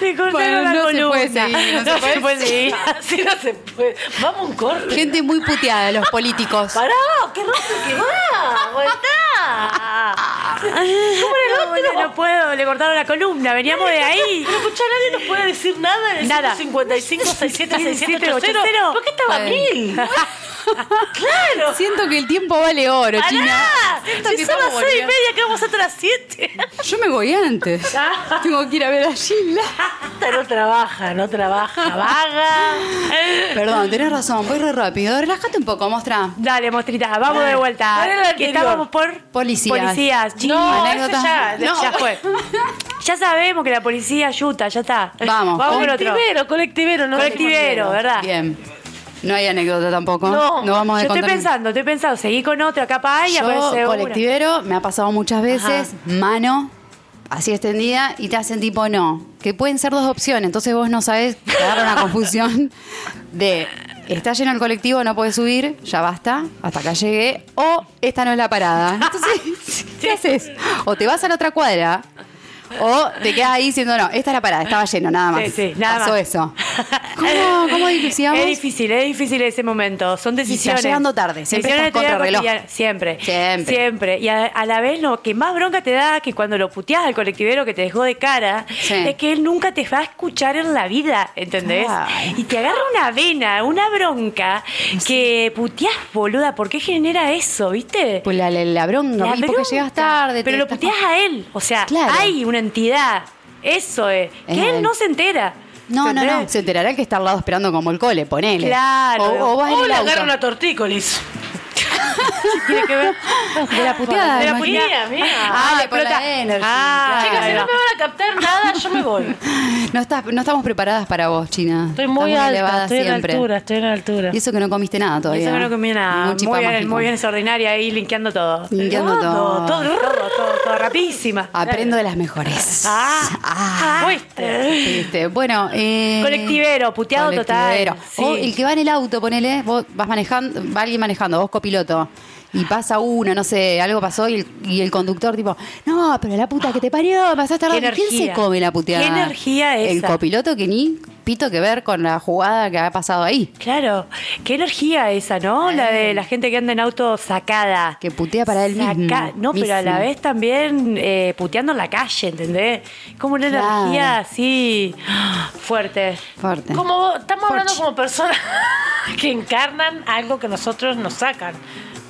[SPEAKER 2] Le cortaron
[SPEAKER 1] Bueno,
[SPEAKER 2] la
[SPEAKER 1] no se
[SPEAKER 2] columna.
[SPEAKER 1] puede seguir, no se puede
[SPEAKER 2] seguir.
[SPEAKER 3] Así no se puede. Vamos a un corte.
[SPEAKER 1] Gente muy puteada, los políticos.
[SPEAKER 3] Pará, qué rápido que va. Aguantá. ¿Cómo era el
[SPEAKER 2] No,
[SPEAKER 3] otro?
[SPEAKER 2] no puedo, le cortaron la columna. Veníamos de ahí.
[SPEAKER 3] Pero escuchá, nadie nos puede decir nada en el
[SPEAKER 2] Nada.
[SPEAKER 3] 55 67 67 80.
[SPEAKER 2] 80.
[SPEAKER 3] ¿Por qué estaba
[SPEAKER 1] Bueno.
[SPEAKER 3] mil? claro.
[SPEAKER 1] Siento que el tiempo vale oro, China.
[SPEAKER 3] Pará.
[SPEAKER 1] Siento
[SPEAKER 3] si
[SPEAKER 1] que
[SPEAKER 3] son las
[SPEAKER 1] estamos
[SPEAKER 3] 6 y
[SPEAKER 1] volviendo.
[SPEAKER 3] media, que vamos hasta las 7.
[SPEAKER 1] Yo me voy antes. Tengo que ir a ver a Gila.
[SPEAKER 3] Esta no trabaja, no trabaja, vaga.
[SPEAKER 1] Perdón, tenés razón. Voy re rápido. Relájate un poco, mostra.
[SPEAKER 2] Dale, mostrita, vamos de vuelta.
[SPEAKER 3] ¿Cuál era el
[SPEAKER 2] Que
[SPEAKER 3] anterior?
[SPEAKER 2] estábamos por
[SPEAKER 1] Policías.
[SPEAKER 2] Policías, chicos.
[SPEAKER 3] No, ese
[SPEAKER 1] anécdotas.
[SPEAKER 3] ya,
[SPEAKER 1] No.
[SPEAKER 3] ya fue.
[SPEAKER 2] Ya sabemos que la policía ayuda, ya está.
[SPEAKER 1] Vamos.
[SPEAKER 2] vamos con otro.
[SPEAKER 3] Colectivero, colectivero, no
[SPEAKER 2] Colectivero, ¿verdad?
[SPEAKER 1] Bien. No hay anécdota tampoco.
[SPEAKER 3] No,
[SPEAKER 1] vamos a
[SPEAKER 2] Yo estoy
[SPEAKER 1] contar-
[SPEAKER 2] pensando, estoy pensando, seguí con otro, capaz y aparece
[SPEAKER 1] Yo,
[SPEAKER 2] uno.
[SPEAKER 1] colectivero, me ha pasado muchas veces,
[SPEAKER 2] Ajá.
[SPEAKER 1] mano así extendida, y te hacen tipo no. Que pueden ser dos opciones, entonces vos no sabes, te agarra una confusión de está lleno el colectivo, no puedes subir, ya basta, hasta acá llegué, o esta no es la parada. Entonces, ¿qué haces? O te vas a la otra cuadra. O te quedas ahí diciendo, no, esta es la parada, estaba lleno, nada más.
[SPEAKER 2] Sí, sí, nada
[SPEAKER 1] Pasó
[SPEAKER 2] más.
[SPEAKER 1] eso. ¿Cómo, cómo dilucidamos?
[SPEAKER 2] Es difícil, es difícil ese momento. Son decisiones.
[SPEAKER 1] llegando tarde, siempre
[SPEAKER 2] Decisiones
[SPEAKER 1] estás
[SPEAKER 2] de tu vida
[SPEAKER 1] contrarreloj.
[SPEAKER 2] cotidiana. Siempre.
[SPEAKER 1] Siempre.
[SPEAKER 2] Siempre. Y a, a la vez lo que más bronca te da que cuando lo puteás al colectivero que te dejó de cara
[SPEAKER 1] Sí.
[SPEAKER 2] es que él nunca te va a escuchar en la vida, ¿entendés?
[SPEAKER 1] Ay.
[SPEAKER 2] Y te agarra una vena, una bronca que puteás, boluda. ¿Por qué genera eso, viste?
[SPEAKER 1] Pues la, la, la bronca,
[SPEAKER 2] La
[SPEAKER 1] y porque
[SPEAKER 2] bronca.
[SPEAKER 1] llegas tarde.
[SPEAKER 2] Pero
[SPEAKER 1] te
[SPEAKER 2] lo
[SPEAKER 1] estás-
[SPEAKER 2] puteás a él. O sea,
[SPEAKER 1] Claro.
[SPEAKER 2] hay una entidad. Eso es. Que
[SPEAKER 1] Es
[SPEAKER 2] él,
[SPEAKER 1] él.
[SPEAKER 2] no se entera.
[SPEAKER 1] No, no, no.
[SPEAKER 2] ¿entendés?
[SPEAKER 1] Se enterará el que está al lado esperando como el cole, ponele.
[SPEAKER 2] Claro.
[SPEAKER 1] O, o vas
[SPEAKER 3] O
[SPEAKER 1] en
[SPEAKER 3] le
[SPEAKER 1] el auto.
[SPEAKER 3] agarra una tortícolis.
[SPEAKER 2] Tiene que ver.
[SPEAKER 1] De la puteada.
[SPEAKER 2] De la
[SPEAKER 1] imagínate.
[SPEAKER 2] puteada.
[SPEAKER 3] Mira, mira.
[SPEAKER 1] Ah,
[SPEAKER 2] Ah,
[SPEAKER 1] de por la
[SPEAKER 2] explota.
[SPEAKER 1] energy,
[SPEAKER 2] Ah,
[SPEAKER 1] claro.
[SPEAKER 3] Chicas, si
[SPEAKER 2] ahí
[SPEAKER 3] no
[SPEAKER 2] va.
[SPEAKER 3] me van a captar nada, yo me voy.
[SPEAKER 1] No, estás, no estamos preparadas para vos, China.
[SPEAKER 3] Estoy muy
[SPEAKER 1] Estás
[SPEAKER 3] alta,
[SPEAKER 1] elevada
[SPEAKER 3] estoy en
[SPEAKER 1] siempre.
[SPEAKER 3] altura, estoy en altura.
[SPEAKER 1] Y eso que no comiste nada
[SPEAKER 2] Y
[SPEAKER 1] todavía.
[SPEAKER 2] Eso que no comía nada.
[SPEAKER 1] Ningún chipa
[SPEAKER 2] Muy bien,
[SPEAKER 1] mágico.
[SPEAKER 2] muy bien, extraordinaria ahí, linkeando todo.
[SPEAKER 1] Linkeando todo.
[SPEAKER 2] Todo, todo, todo, todo, todo, rapidísima.
[SPEAKER 1] Aprendo de las mejores.
[SPEAKER 2] Ah, fuiste.
[SPEAKER 1] Viste, Bueno, eh,
[SPEAKER 2] Colectivero, puteado
[SPEAKER 1] colectivero. Oh,
[SPEAKER 2] total,
[SPEAKER 1] O
[SPEAKER 2] sí.
[SPEAKER 1] el que va en el auto, ponele, vos vas manejando, va alguien manejando, vos copiloto. Y pasa uno, no sé, algo pasó y el, y el conductor tipo, no, pero la puta que te parió, pasaste
[SPEAKER 2] Qué
[SPEAKER 1] tarde. ¿Quién se
[SPEAKER 2] energía.
[SPEAKER 1] come la puteada?
[SPEAKER 2] Qué energía
[SPEAKER 1] El
[SPEAKER 2] esa.
[SPEAKER 1] copiloto que ni pito que ver con la jugada que ha pasado ahí.
[SPEAKER 2] Claro, qué energía esa, ¿no? La de la gente que anda en auto sacada.
[SPEAKER 1] Que putea para él
[SPEAKER 2] Saca-
[SPEAKER 1] mismo,
[SPEAKER 2] No, pero a la
[SPEAKER 1] mismo.
[SPEAKER 2] vez también eh, puteando en la calle, ¿entendés? Como una
[SPEAKER 1] Claro.
[SPEAKER 2] energía así fuerte.
[SPEAKER 1] Fuerte.
[SPEAKER 3] Como vos- estamos
[SPEAKER 1] Porch.
[SPEAKER 3] hablando como personas que encarnan algo que nosotros nos sacan.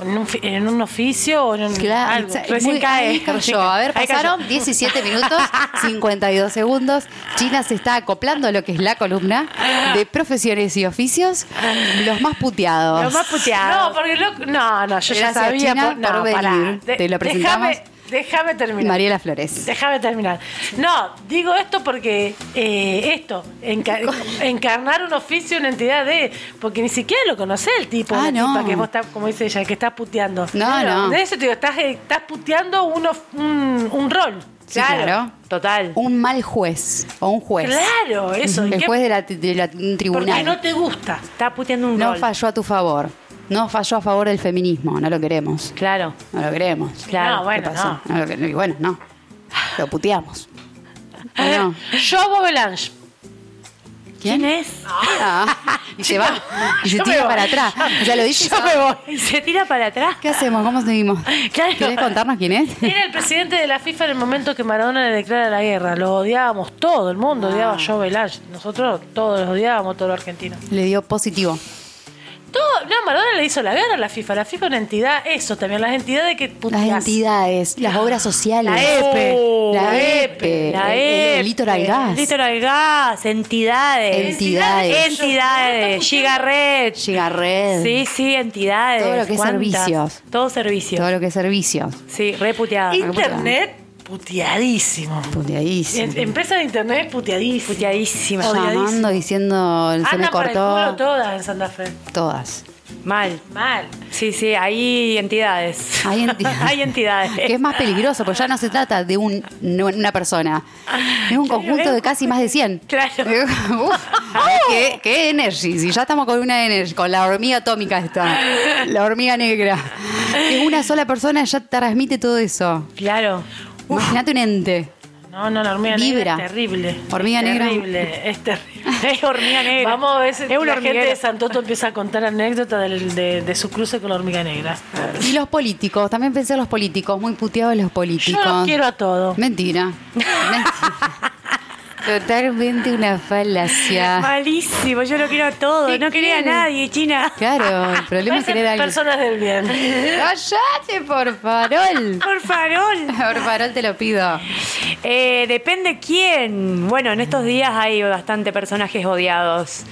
[SPEAKER 3] En un, fi- en un oficio o en un-
[SPEAKER 1] Claro,
[SPEAKER 3] algo.
[SPEAKER 1] exa-
[SPEAKER 2] recién
[SPEAKER 1] muy-
[SPEAKER 2] cae,
[SPEAKER 1] ahí cayó.
[SPEAKER 2] recién cae.
[SPEAKER 1] A ver,
[SPEAKER 2] Ahí cayó.
[SPEAKER 1] pasaron 17 minutos, 52 segundos. China se está acoplando a lo que es la columna de profesiones y oficios, los más puteados.
[SPEAKER 2] Lo más puteado.
[SPEAKER 3] No, porque lo- no, no, yo ya
[SPEAKER 1] Gracias,
[SPEAKER 3] sabía
[SPEAKER 1] China,
[SPEAKER 3] no,
[SPEAKER 1] por venir.
[SPEAKER 3] pará.
[SPEAKER 1] Te lo presentamos.
[SPEAKER 3] Déjame, déjame terminar.
[SPEAKER 1] Mariela Flores.
[SPEAKER 3] Déjame terminar. No, digo esto porque eh, esto, enca- encarnar un oficio, una entidad de. Porque ni siquiera lo conocés el tipo.
[SPEAKER 1] Ah,
[SPEAKER 3] la
[SPEAKER 1] no.
[SPEAKER 3] tipa que vos estás, como dice ella, que estás puteando.
[SPEAKER 1] No, no.
[SPEAKER 3] De eso te digo, estás, eh, estás puteando un, of- un, un rol.
[SPEAKER 1] Sí, claro.
[SPEAKER 2] Total.
[SPEAKER 1] Un mal juez o un juez.
[SPEAKER 3] Claro, eso. ¿y
[SPEAKER 1] El
[SPEAKER 3] qué-
[SPEAKER 1] juez de, la, de la- un
[SPEAKER 3] porque
[SPEAKER 1] tribunal.
[SPEAKER 3] no te gusta.
[SPEAKER 2] Está puteando un
[SPEAKER 1] No
[SPEAKER 2] rol.
[SPEAKER 1] falló a tu favor. No falló a favor del feminismo. No lo queremos.
[SPEAKER 2] Claro,
[SPEAKER 1] No lo queremos.
[SPEAKER 2] Claro,
[SPEAKER 3] no,
[SPEAKER 2] ¿qué
[SPEAKER 3] bueno,
[SPEAKER 1] ¿Qué pasó?
[SPEAKER 3] no.
[SPEAKER 1] No lo quer- y bueno, no. Lo puteamos. ¿O no?
[SPEAKER 3] Yo, Bob Belange.
[SPEAKER 2] ¿Quién es?
[SPEAKER 1] Ah, y se va, y se
[SPEAKER 3] Yo me
[SPEAKER 1] tira
[SPEAKER 3] voy.
[SPEAKER 1] para atrás. O sea, lo dice.
[SPEAKER 3] Yo me voy.
[SPEAKER 2] Y se tira para atrás.
[SPEAKER 1] ¿Qué hacemos? ¿Cómo seguimos?
[SPEAKER 3] Claro.
[SPEAKER 1] ¿Querés contarnos quién es?
[SPEAKER 3] Era el presidente de la FIFA en el momento que Maradona le declara la guerra. Lo odiábamos todo el mundo, odiaba a Joe Belange. Nosotros todos los odiábamos, todos los argentinos.
[SPEAKER 1] Le dio positivo.
[SPEAKER 3] Todo, no, Maradona le hizo la guerra a la FIFA. La FIFA es una entidad, eso también, las entidades que
[SPEAKER 1] Las
[SPEAKER 3] puteás.
[SPEAKER 1] entidades, las obras sociales.
[SPEAKER 2] La EPE.
[SPEAKER 3] Oh,
[SPEAKER 1] La
[SPEAKER 3] E La E
[SPEAKER 1] EPE.
[SPEAKER 3] EPE,
[SPEAKER 2] La
[SPEAKER 1] el- el- el litoral gas.
[SPEAKER 2] Litoral Gas, entidades.
[SPEAKER 1] Entidades.
[SPEAKER 2] Entidades. Gigaret.
[SPEAKER 1] Llega red.
[SPEAKER 2] Sí, sí, entidades.
[SPEAKER 1] Todo lo que es
[SPEAKER 2] ¿Cuántas?
[SPEAKER 1] servicios.
[SPEAKER 2] Todo servicios.
[SPEAKER 1] Todo lo que es servicios.
[SPEAKER 2] Sí, reputeados.
[SPEAKER 1] Y-
[SPEAKER 3] Internet, puteadísimo.
[SPEAKER 1] Pues Puteadísimo.
[SPEAKER 3] En- Empresa de internet puteadísimo.
[SPEAKER 2] Puteadísima.
[SPEAKER 3] Obvio.
[SPEAKER 1] Llamando, diciendo, se me
[SPEAKER 3] Anda para el
[SPEAKER 1] cortó.
[SPEAKER 3] culo todas en Santa Fe.
[SPEAKER 1] Todas.
[SPEAKER 2] Mal.
[SPEAKER 3] Mal.
[SPEAKER 2] Sí, sí, hay entidades.
[SPEAKER 1] Hay entidades.
[SPEAKER 2] Hay entidades.
[SPEAKER 1] Que es más peligroso, porque ya no se trata de un, no- una persona. Es
[SPEAKER 3] Ah,
[SPEAKER 1] un conjunto de casi más de 100.
[SPEAKER 2] Claro.
[SPEAKER 1] Uf, a ver, ¿qué, qué energy? Si ya estamos con una energy, con la hormiga atómica esta, la hormiga negra. Que una sola persona ya transmite todo eso.
[SPEAKER 2] Claro.
[SPEAKER 1] Imagínate un ente.
[SPEAKER 3] No, no, la hormiga
[SPEAKER 1] Vibra.
[SPEAKER 3] negra es terrible.
[SPEAKER 1] Hormiga
[SPEAKER 3] es
[SPEAKER 1] negra.
[SPEAKER 3] Terrible, es terrible.
[SPEAKER 2] Es hormiga negra.
[SPEAKER 3] Vamos a ver si
[SPEAKER 2] Es un
[SPEAKER 3] la gente de
[SPEAKER 2] hormiguero.
[SPEAKER 3] Santoto empieza a contar anécdotas del- de, de su cruce con la hormiga negra.
[SPEAKER 1] Y los políticos, también pensé en los políticos, muy puteados los
[SPEAKER 3] Yo
[SPEAKER 1] políticos.
[SPEAKER 3] los quiero a todos.
[SPEAKER 1] Mentira. Mentira. Totalmente una falacia.
[SPEAKER 2] Malísimo, yo lo quiero a todo.
[SPEAKER 1] ¿Qué
[SPEAKER 2] No quería a
[SPEAKER 1] quiere?
[SPEAKER 2] alguien, China.
[SPEAKER 1] Claro, el problema es
[SPEAKER 3] Parecen
[SPEAKER 1] querer a alguien.
[SPEAKER 3] personas del bien.
[SPEAKER 1] ¡Cállate, por farol!
[SPEAKER 2] Por farol.
[SPEAKER 1] Por farol te lo pido.
[SPEAKER 2] Eh, depende quién. Bueno, en estos días hay bastante personajes odiados.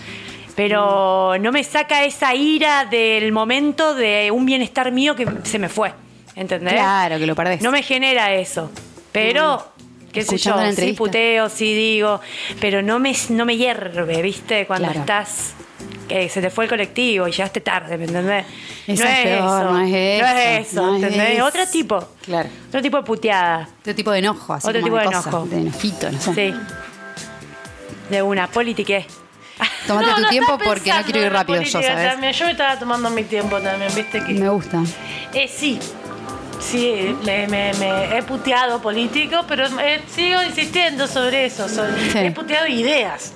[SPEAKER 2] Pero no me saca esa ira del momento de un bienestar mío que se me fue. ¿Entendés?
[SPEAKER 1] Claro, que lo perdés.
[SPEAKER 2] No me genera eso. Pero, qué sé yo,
[SPEAKER 1] Mm. Escuchando la
[SPEAKER 2] sí
[SPEAKER 1] entrevista.
[SPEAKER 2] puteo, sí digo. Pero no me, no me hierve, ¿viste? Cuando
[SPEAKER 1] Claro.
[SPEAKER 2] estás. Que se te fue el colectivo y llegaste tarde, ¿me entendés?
[SPEAKER 1] Eso es peor, no es
[SPEAKER 2] No es
[SPEAKER 1] eso,
[SPEAKER 2] eso,
[SPEAKER 1] no es
[SPEAKER 2] ¿entendés?
[SPEAKER 1] eso. Ah.
[SPEAKER 2] Otro tipo.
[SPEAKER 1] Claro.
[SPEAKER 2] Otro tipo de puteada.
[SPEAKER 1] Otro tipo de enojo, así
[SPEAKER 2] Otro
[SPEAKER 1] como
[SPEAKER 2] tipo de
[SPEAKER 1] cosa,
[SPEAKER 2] enojo.
[SPEAKER 1] de enojito, no sé.
[SPEAKER 2] Sí. De una, politiqué.
[SPEAKER 1] Tómate
[SPEAKER 3] No,
[SPEAKER 1] tu
[SPEAKER 3] no
[SPEAKER 1] tiempo
[SPEAKER 3] estaba
[SPEAKER 1] porque no
[SPEAKER 3] pensando
[SPEAKER 1] quiero ir
[SPEAKER 3] en la
[SPEAKER 1] rápido yo,
[SPEAKER 3] política
[SPEAKER 1] ¿sabes?
[SPEAKER 3] también. Yo me estaba tomando mi tiempo también, viste que.
[SPEAKER 1] Me gusta.
[SPEAKER 3] Eh, sí. Sí, me, me- me he puteado políticos, pero eh, sigo insistiendo sobre eso. sobre-
[SPEAKER 1] Sí.
[SPEAKER 3] He puteado ideas.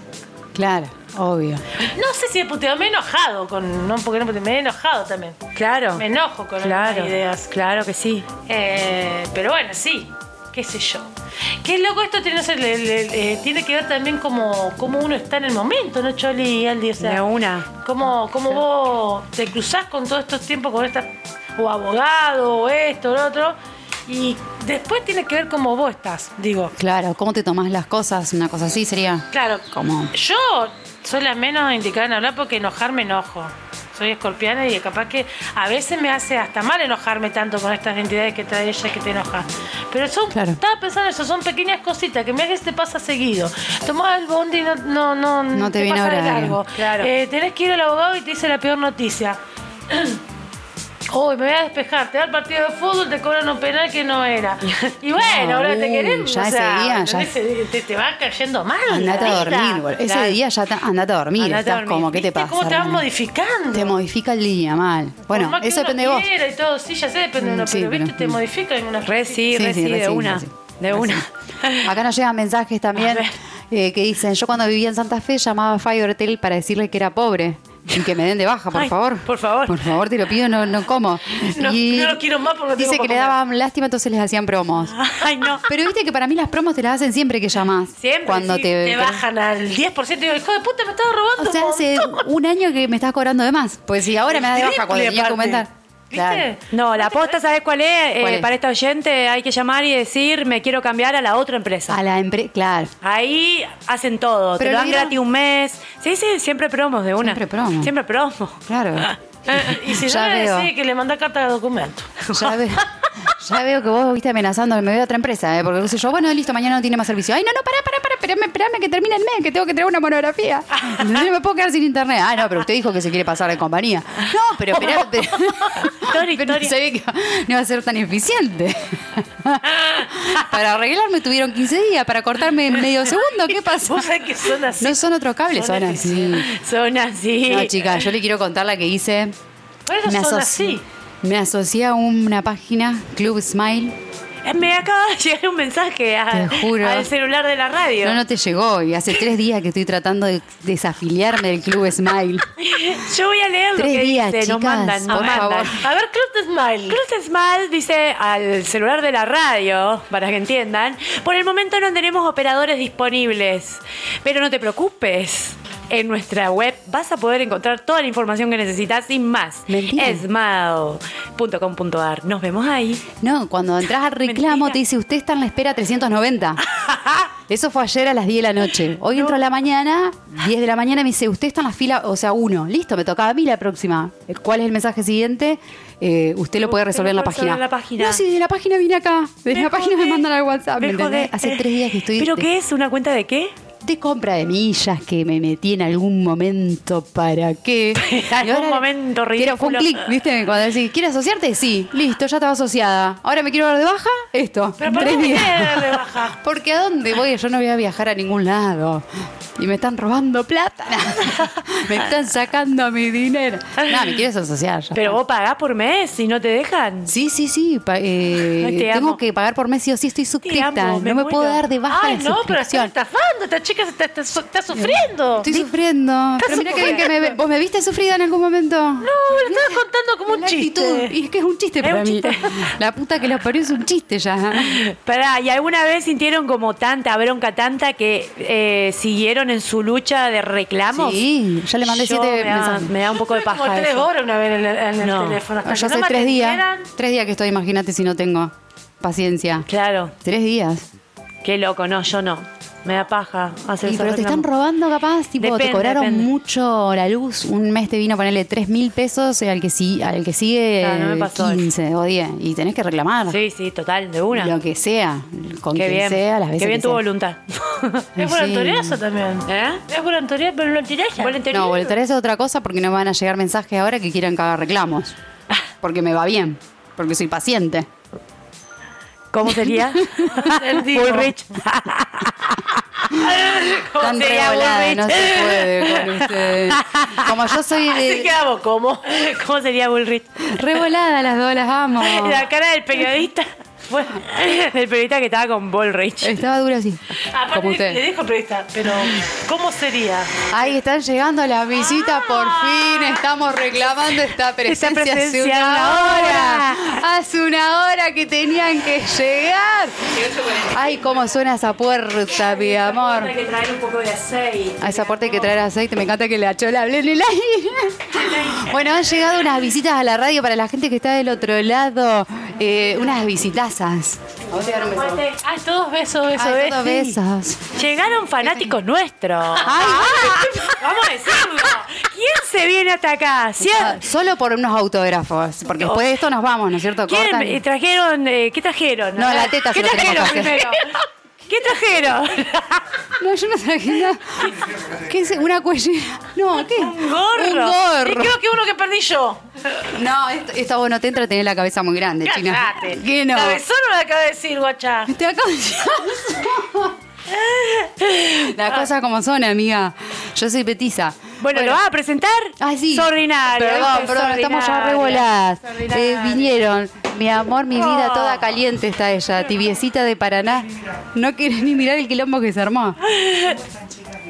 [SPEAKER 1] Claro, obvio.
[SPEAKER 3] No sé si he puteado, me he enojado con. No, porque no puteo, me he enojado también.
[SPEAKER 2] Claro.
[SPEAKER 3] Me enojo con
[SPEAKER 2] claro.
[SPEAKER 3] algunas ideas.
[SPEAKER 2] Claro que sí.
[SPEAKER 3] Eh, pero bueno, sí, qué sé yo. Qué loco esto tiene, no sé, le- le- le- tiene que ver también como, como uno está en el momento, ¿no, Choli y Aldi? O
[SPEAKER 2] De
[SPEAKER 3] sea,
[SPEAKER 2] una.
[SPEAKER 3] como, como vos te cruzás con todos estos tiempos, con estas, o abogado, o esto, lo otro, y después tiene que ver cómo vos estás, digo.
[SPEAKER 1] Claro, ¿cómo te tomás las cosas? Una cosa así sería.
[SPEAKER 3] Claro,
[SPEAKER 1] Como-
[SPEAKER 3] yo soy la menos indicada en hablar porque enojarme enojo. Soy escorpiana y capaz que a veces me hace hasta mal enojarme tanto con estas entidades que trae ella que te enoja. Pero son,
[SPEAKER 1] Claro.
[SPEAKER 3] estaba pensando eso, son pequeñas cositas que me haces te pasa seguido. Tomás el bondi y no, no, no,
[SPEAKER 1] No te viene
[SPEAKER 3] pasa de
[SPEAKER 1] horario.
[SPEAKER 3] largo.
[SPEAKER 2] Claro.
[SPEAKER 3] Eh, tenés que ir al abogado y te dice la peor noticia. Uy, me voy a despejar, te da el partido de fútbol, te cobran un penal que no era. Y bueno,
[SPEAKER 1] No,
[SPEAKER 3] ahora te
[SPEAKER 1] uy,
[SPEAKER 3] querés.
[SPEAKER 1] ya
[SPEAKER 3] o
[SPEAKER 1] ese
[SPEAKER 3] sea,
[SPEAKER 1] día, ya-
[SPEAKER 3] ¿entendés? Te, te, te va cayendo mal.
[SPEAKER 1] Andate
[SPEAKER 3] la
[SPEAKER 1] a
[SPEAKER 3] vida.
[SPEAKER 1] dormir, boludo. Ese
[SPEAKER 2] claro.
[SPEAKER 1] día ya ta- andate a dormir.
[SPEAKER 2] Andate a
[SPEAKER 1] Estás
[SPEAKER 2] dormir.
[SPEAKER 1] como, ¿qué te
[SPEAKER 3] ¿Viste
[SPEAKER 1] pasa?
[SPEAKER 3] ¿Cómo te vas
[SPEAKER 1] hermano?
[SPEAKER 3] modificando?
[SPEAKER 1] Te modifica el día, mal.
[SPEAKER 3] Por
[SPEAKER 1] Bueno,
[SPEAKER 3] más que
[SPEAKER 1] eso
[SPEAKER 3] uno
[SPEAKER 1] depende de vos.
[SPEAKER 3] quiera y todo, sí, ya sé, depende de uno,
[SPEAKER 1] Mm, sí,
[SPEAKER 3] pero viste,
[SPEAKER 1] pero-
[SPEAKER 3] te modifica en unas
[SPEAKER 2] Re
[SPEAKER 3] cositas.
[SPEAKER 2] sí, re sí, de
[SPEAKER 1] recién,
[SPEAKER 2] una.
[SPEAKER 1] recién.
[SPEAKER 2] De una.
[SPEAKER 1] Recién. Acá nos llegan mensajes también eh, que dicen, yo cuando vivía en Santa Fe llamaba a Fivertel para decirle que era pobre y que me den de baja, por
[SPEAKER 2] Ay,
[SPEAKER 1] favor.
[SPEAKER 2] por favor.
[SPEAKER 1] Por favor, te lo pido, no, no como.
[SPEAKER 3] No- no lo quiero más porque no tengo
[SPEAKER 1] Dice que
[SPEAKER 3] para
[SPEAKER 1] le
[SPEAKER 3] comer.
[SPEAKER 1] daban lástima, entonces les hacían promos.
[SPEAKER 2] Ay, no.
[SPEAKER 1] Pero viste que para mí las promos te las hacen siempre que llamás.
[SPEAKER 2] Siempre,
[SPEAKER 1] Cuando
[SPEAKER 2] sí,
[SPEAKER 1] te,
[SPEAKER 3] Te bajan al 10%. Digo, hijo de puta, me estaba robando.
[SPEAKER 1] O sea,
[SPEAKER 3] un
[SPEAKER 1] hace
[SPEAKER 3] montón.
[SPEAKER 1] un año que me estás cobrando de más. Pues si ahora me das de baja cuando
[SPEAKER 3] Triple
[SPEAKER 1] tenía que
[SPEAKER 3] aparte.
[SPEAKER 1] aumentar.
[SPEAKER 3] ¿Viste?
[SPEAKER 1] Claro.
[SPEAKER 2] No, la posta, ¿sabes cuál es? Eh,
[SPEAKER 1] ¿Cuál es?
[SPEAKER 2] Para esta oyente hay que llamar y decir, me quiero cambiar a la otra empresa.
[SPEAKER 1] A la empresa. Claro.
[SPEAKER 2] Ahí hacen todo,
[SPEAKER 1] Pero
[SPEAKER 2] te lo dan
[SPEAKER 1] mira-
[SPEAKER 2] gratis un mes. Sí, sí, siempre promos de una.
[SPEAKER 1] Siempre promo.
[SPEAKER 2] Siempre promo.
[SPEAKER 3] Ah.
[SPEAKER 1] Claro.
[SPEAKER 3] Y si
[SPEAKER 1] Ya
[SPEAKER 3] no le
[SPEAKER 1] veo.
[SPEAKER 3] decís que le mandás carta de documento.
[SPEAKER 1] Ya, ve- ya veo que vos viste amenazando, me voy a otra empresa, ¿eh? porque qué sé yo, bueno, listo, mañana no tiene más servicio. Ay, no, no, pará, pará, pará, espérame, espérame que termine el mes, que tengo que traer una monografía. No me puedo quedar sin internet. Ah, no, pero usted dijo que se quiere pasar de compañía. No, pero espera, pero,
[SPEAKER 2] Historia,
[SPEAKER 1] pero no
[SPEAKER 2] historia.
[SPEAKER 1] sabía que no iba a ser tan eficiente. Para arreglarme tuvieron 15 días, para cortarme en medio segundo, ¿qué pasó?
[SPEAKER 3] Vos sabés que son así.
[SPEAKER 1] No son otros cables,
[SPEAKER 3] Son
[SPEAKER 1] son así.
[SPEAKER 2] Son así.
[SPEAKER 1] No, chica, yo le quiero contar la que hice.
[SPEAKER 3] Por eso son
[SPEAKER 1] asoci-
[SPEAKER 3] así.
[SPEAKER 1] me asocié a una página, Club Smile.
[SPEAKER 2] Eh, Me acaba de llegar un mensaje a-
[SPEAKER 1] Te juro.
[SPEAKER 2] al celular de la radio.
[SPEAKER 1] No, no te llegó. Y hace tres días que estoy tratando de desafiliarme del Club Smile.
[SPEAKER 2] Yo voy a leer lo
[SPEAKER 1] Tres
[SPEAKER 2] que
[SPEAKER 1] días,
[SPEAKER 2] dice. nos
[SPEAKER 1] chicas,
[SPEAKER 2] mandan, nos
[SPEAKER 1] por
[SPEAKER 2] mandan.
[SPEAKER 1] favor.
[SPEAKER 3] A ver, Club de Smile.
[SPEAKER 2] Cruz Smile dice al celular de la radio, para que entiendan, por el momento no tenemos operadores disponibles, pero no te preocupes. En nuestra web vas a poder encontrar toda la información que necesitas sin más.
[SPEAKER 1] Mentira.
[SPEAKER 2] Smile.com.ar. Nos vemos ahí.
[SPEAKER 1] No, cuando entras al reclamo
[SPEAKER 2] Mentira.
[SPEAKER 1] te dice, usted está en la espera 390. Eso fue ayer a las 10 de la noche. Hoy entro a la mañana, 10 de la mañana, y me dice, usted está en la fila, o sea, uno. Listo, me tocaba a mí la próxima. Eh, ¿Cuál es el mensaje siguiente? Eh, usted lo puede
[SPEAKER 2] Usted
[SPEAKER 1] resolver en
[SPEAKER 2] lo
[SPEAKER 1] la
[SPEAKER 2] puede resolver
[SPEAKER 1] página.
[SPEAKER 2] en la página.
[SPEAKER 1] No, sí, de la página vine acá. De
[SPEAKER 2] Me
[SPEAKER 1] la página me
[SPEAKER 2] jodés,
[SPEAKER 1] mandan al WhatsApp, ¿me
[SPEAKER 2] me
[SPEAKER 1] entendés?
[SPEAKER 2] jodés.
[SPEAKER 1] Hace tres días que estoy... este-
[SPEAKER 2] ¿Pero
[SPEAKER 1] de-
[SPEAKER 2] qué es? ¿Una cuenta de qué?
[SPEAKER 1] de compra de millas que me metí en algún momento para qué.
[SPEAKER 2] En un momento
[SPEAKER 1] Quiero- Fue un
[SPEAKER 2] ridículo.
[SPEAKER 1] clic, ¿viste? Cuando decís, ¿quieres asociarte? Sí, listo, ya estaba asociada. Ahora me quiero dar de baja, esto.
[SPEAKER 3] Pero
[SPEAKER 1] en
[SPEAKER 3] ¿por qué
[SPEAKER 1] tres
[SPEAKER 3] te
[SPEAKER 1] días.
[SPEAKER 3] querés dar de baja?
[SPEAKER 1] Porque a dónde voy, yo no voy a viajar a ningún lado. Y me están robando plata. me están sacando mi dinero. No, me quieres asociar. ya
[SPEAKER 2] ¿Pero
[SPEAKER 1] está.
[SPEAKER 2] vos pagás por mes y no te dejan?
[SPEAKER 1] Sí, sí, sí. pa- eh,
[SPEAKER 2] Ay, te
[SPEAKER 1] tengo
[SPEAKER 2] amo.
[SPEAKER 1] que pagar por mes, sí o sí, estoy suscrita.
[SPEAKER 2] amo, me
[SPEAKER 1] no me puedo
[SPEAKER 2] muero.
[SPEAKER 1] dar de baja
[SPEAKER 3] Ay,
[SPEAKER 1] la
[SPEAKER 3] no, pero estás
[SPEAKER 1] suscripción.
[SPEAKER 3] estafando. Esta chica se está, está su- está sufriendo.
[SPEAKER 1] Estoy sufriendo. Pero mira que bien que me ve- ¿Vos me viste sufrida en algún momento? No,
[SPEAKER 3] No, me lo estabas contando como un chiste.
[SPEAKER 1] Y es que es un chiste
[SPEAKER 2] Es
[SPEAKER 1] para
[SPEAKER 2] un
[SPEAKER 1] mí.
[SPEAKER 2] chiste.
[SPEAKER 1] La puta que la parió es un chiste ya.
[SPEAKER 2] Pará, ¿y alguna vez sintieron como tanta bronca, tanta que eh, siguieron en su lucha de reclamos?
[SPEAKER 1] Sí, ya le mandé
[SPEAKER 2] Yo
[SPEAKER 1] siete
[SPEAKER 2] me da-
[SPEAKER 1] mensajes.
[SPEAKER 2] Me da un poco de paja.
[SPEAKER 3] Como tres
[SPEAKER 2] eso.
[SPEAKER 3] horas una vez en el, en el
[SPEAKER 2] No.
[SPEAKER 3] teléfono. Hasta
[SPEAKER 1] No, yo
[SPEAKER 3] que no
[SPEAKER 1] hace
[SPEAKER 3] me
[SPEAKER 1] tres días.
[SPEAKER 3] atendieran.
[SPEAKER 1] Tres días que estoy, imagínate si no tengo paciencia.
[SPEAKER 2] Claro,
[SPEAKER 1] Tres días.
[SPEAKER 2] qué loco, no, yo no. Me da paja hacer
[SPEAKER 1] Y,
[SPEAKER 2] esos
[SPEAKER 1] pero te están
[SPEAKER 2] reclamos.
[SPEAKER 1] robando capaz, tipo, te
[SPEAKER 2] Depende,
[SPEAKER 1] cobraron
[SPEAKER 2] depende.
[SPEAKER 1] mucho la luz. Un mes te vino a ponerle tres mil pesos y al que, sí, al que sigue
[SPEAKER 2] Claro, no me pasó eso.
[SPEAKER 1] 15 o 10. Y tenés que reclamar.
[SPEAKER 2] Sí, sí, total, de una.
[SPEAKER 1] Lo que sea, con
[SPEAKER 2] qué
[SPEAKER 1] quien
[SPEAKER 2] bien.
[SPEAKER 1] sea, las veces
[SPEAKER 2] qué bien
[SPEAKER 1] que
[SPEAKER 2] tu
[SPEAKER 1] sea.
[SPEAKER 2] voluntad.
[SPEAKER 1] Ay,
[SPEAKER 3] Es voluntariosa también.
[SPEAKER 2] ¿Eh?
[SPEAKER 3] Es voluntaria, pero voluntariosa.
[SPEAKER 2] Voluntaria.
[SPEAKER 1] No, voluntaria es otra cosa porque no me van a llegar mensajes ahora que quieran que haga reclamos. Porque me va bien, porque soy paciente.
[SPEAKER 2] ¿Cómo sería?
[SPEAKER 3] Entendido.
[SPEAKER 2] Bullrich. ¿Cómo
[SPEAKER 1] Tan
[SPEAKER 2] sería
[SPEAKER 1] revolada,
[SPEAKER 2] Bullrich?
[SPEAKER 1] no se puede con ustedes. Como yo soy
[SPEAKER 2] Así
[SPEAKER 1] de,
[SPEAKER 2] quedamos, ¿cómo? ¿Cómo sería Bullrich?
[SPEAKER 1] revolada las dos, las amo.
[SPEAKER 2] La cara del periodista. Fue el periodista que estaba con Bullrich.
[SPEAKER 1] Estaba dura así,
[SPEAKER 3] Aparte,
[SPEAKER 1] Eh, como
[SPEAKER 3] le
[SPEAKER 1] usted.
[SPEAKER 3] dijo al periodista, pero ¿cómo sería?
[SPEAKER 1] Ahí están llegando las visitas, por fin estamos reclamando esta presencia, hace
[SPEAKER 2] presencia,
[SPEAKER 1] una
[SPEAKER 2] una
[SPEAKER 1] hora. Hace una hora que tenían que llegar. Ay, cómo suena esa puerta, mi amor.
[SPEAKER 2] que traer un poco de aceite.
[SPEAKER 1] A esa puerta hay que traer aceite, me encanta que la chola hable en el aire. Bueno, han llegado unas visitas a la radio para la gente que está del otro lado. eh, unas visitazas.
[SPEAKER 3] Ay, todos besos, besos,
[SPEAKER 1] Ay,
[SPEAKER 3] besos.
[SPEAKER 1] todos besos.
[SPEAKER 2] Llegaron fanáticos nuestros. Vamos a decirlo. ¿Quién se viene hasta acá?
[SPEAKER 1] Ah,
[SPEAKER 2] ¿Cien?
[SPEAKER 1] Solo por unos autógrafos, porque después de esto nos vamos, ¿no es cierto?
[SPEAKER 2] ¿Quién?
[SPEAKER 1] Cortan.
[SPEAKER 2] eh, ¿Trajeron? eh, ¿Qué trajeron?
[SPEAKER 1] No, la teta se
[SPEAKER 2] ¿Qué
[SPEAKER 1] lo tenemos
[SPEAKER 2] trajeron
[SPEAKER 1] que hacer.
[SPEAKER 2] primero? ¿Qué trajeron?
[SPEAKER 1] No, yo no traje nada. ¿Qué es? ¿Una cuellera? No, ¿qué? Un
[SPEAKER 2] gorro.
[SPEAKER 1] Un
[SPEAKER 3] Y
[SPEAKER 1] gorro.
[SPEAKER 3] creo que uno que perdí yo.
[SPEAKER 1] No, esto, esto vos no te entra tener la cabeza muy grande, China.
[SPEAKER 3] Cállate.
[SPEAKER 1] ¿Qué no?
[SPEAKER 3] Cabezón no la acaba de decir, guacha.
[SPEAKER 1] Te acabo de- Las cosas como son, amiga. Yo soy petiza.
[SPEAKER 2] Bueno, ¿lo
[SPEAKER 3] ah,
[SPEAKER 2] vas a presentar?
[SPEAKER 1] Ay, sí.
[SPEAKER 2] Extraordinario.
[SPEAKER 1] Perdón, perdón, estamos ya revoladas. vinieron. Mi amor, mi vida,
[SPEAKER 3] Oh.
[SPEAKER 1] toda caliente está ella, tibiecita de Paraná. No querés ni mirar el quilombo que se armó.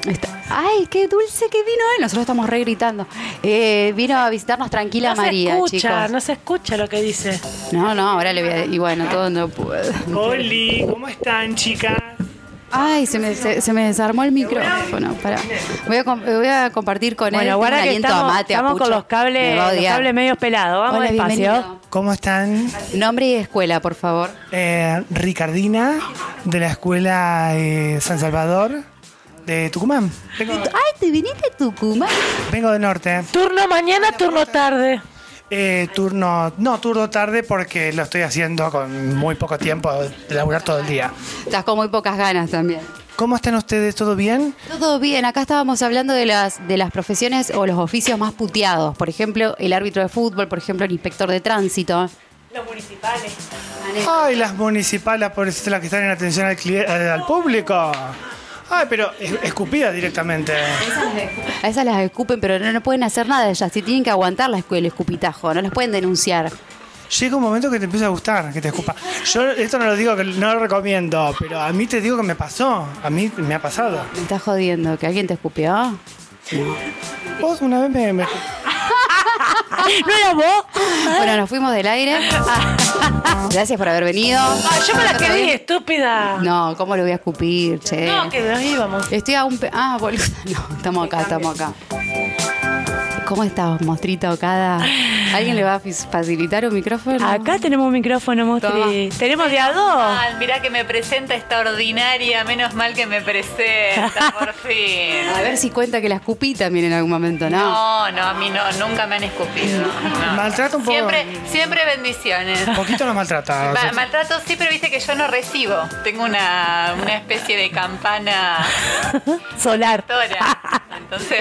[SPEAKER 1] Está- Ay, qué dulce que vino él. Nosotros estamos re gritando. Eh, vino a visitarnos tranquila
[SPEAKER 3] No
[SPEAKER 1] María,
[SPEAKER 3] se escucha,
[SPEAKER 1] chicos.
[SPEAKER 3] no se escucha lo que dice.
[SPEAKER 1] No, no, ahora le voy a. Y bueno, todo no puedo.
[SPEAKER 4] Oli, ¿cómo están, chicas?
[SPEAKER 1] Ay, se me, se, se me desarmó el micrófono. Pará. Voy, a, com- voy a compartir con él.
[SPEAKER 2] Bueno,
[SPEAKER 1] Tengo
[SPEAKER 2] guarda
[SPEAKER 1] un
[SPEAKER 2] que
[SPEAKER 1] aliento
[SPEAKER 2] estamos,
[SPEAKER 1] a mate, a
[SPEAKER 2] estamos con
[SPEAKER 1] pucho.
[SPEAKER 2] los cables,
[SPEAKER 1] Me va a
[SPEAKER 2] los
[SPEAKER 1] odiar.
[SPEAKER 2] cables medios pelados. Vamos
[SPEAKER 1] Hola,
[SPEAKER 2] despacio.
[SPEAKER 1] bienvenido.
[SPEAKER 4] ¿Cómo están?
[SPEAKER 1] Nombre y escuela, por favor.
[SPEAKER 4] Eh, Ricardina, de la Escuela eh, San Salvador, de Tucumán. Vengo,
[SPEAKER 1] Ay, te viniste a Tucumán.
[SPEAKER 4] vengo de norte.
[SPEAKER 3] Turno mañana, turno tarde.
[SPEAKER 4] Eh, turno, no, turno tarde porque lo estoy haciendo con muy poco tiempo de laburar todo el día.
[SPEAKER 1] Estás con muy pocas ganas también.
[SPEAKER 4] ¿Cómo están ustedes? ¿Todo bien?
[SPEAKER 1] Todo bien, acá estábamos hablando de las, de las profesiones o los oficios más puteados. Por ejemplo, el árbitro de fútbol, por ejemplo, el inspector de tránsito. Ah,
[SPEAKER 2] Los municipales.
[SPEAKER 4] Ay, las municipales, pobrecitas, las que están en atención al, cli- al al público. Ay, pero es- escupida directamente.
[SPEAKER 1] A esas las escupen, pero no, no pueden hacer nada ellas. Si tienen que aguantar la escu- el escupitajo, no las pueden denunciar.
[SPEAKER 4] Llega un momento que te empieza a gustar, que te escupa. Yo esto no lo digo, que no lo recomiendo, pero a mí te digo que me pasó. A mí me ha pasado.
[SPEAKER 1] Me estás jodiendo, que alguien te escupió.
[SPEAKER 4] Vos una vez me... me-
[SPEAKER 3] Ah.
[SPEAKER 2] ¿No era vos?
[SPEAKER 1] Bueno, nos fuimos del aire. Gracias por haber venido.
[SPEAKER 3] Ah, yo me la quedé, estúpida.
[SPEAKER 1] No, ¿cómo lo voy a escupir, che?
[SPEAKER 3] No, que nos íbamos.
[SPEAKER 1] Estoy a un... pe- Ah, boludo. No, estamos acá, estamos acá. ¿Cómo estás, mostrita cada? ¿Alguien le va a fis- facilitar un micrófono?
[SPEAKER 2] Acá tenemos un micrófono, Mostri. Tenemos de a dos.
[SPEAKER 5] Mal, mirá que me presenta esta ordinaria, menos mal que me presenta, por fin.
[SPEAKER 1] A ver si cuenta que la escupí también en algún momento, ¿no?
[SPEAKER 5] No, no, a mí no, nunca me han escupido. no.
[SPEAKER 4] Maltrata un poco.
[SPEAKER 5] Siempre, siempre bendiciones.
[SPEAKER 4] Un poquito nos maltrata.
[SPEAKER 5] Ma- maltrato sí, pero viste que yo no recibo. Tengo una, una especie de campana
[SPEAKER 2] Solar.
[SPEAKER 5] tora. Entonces,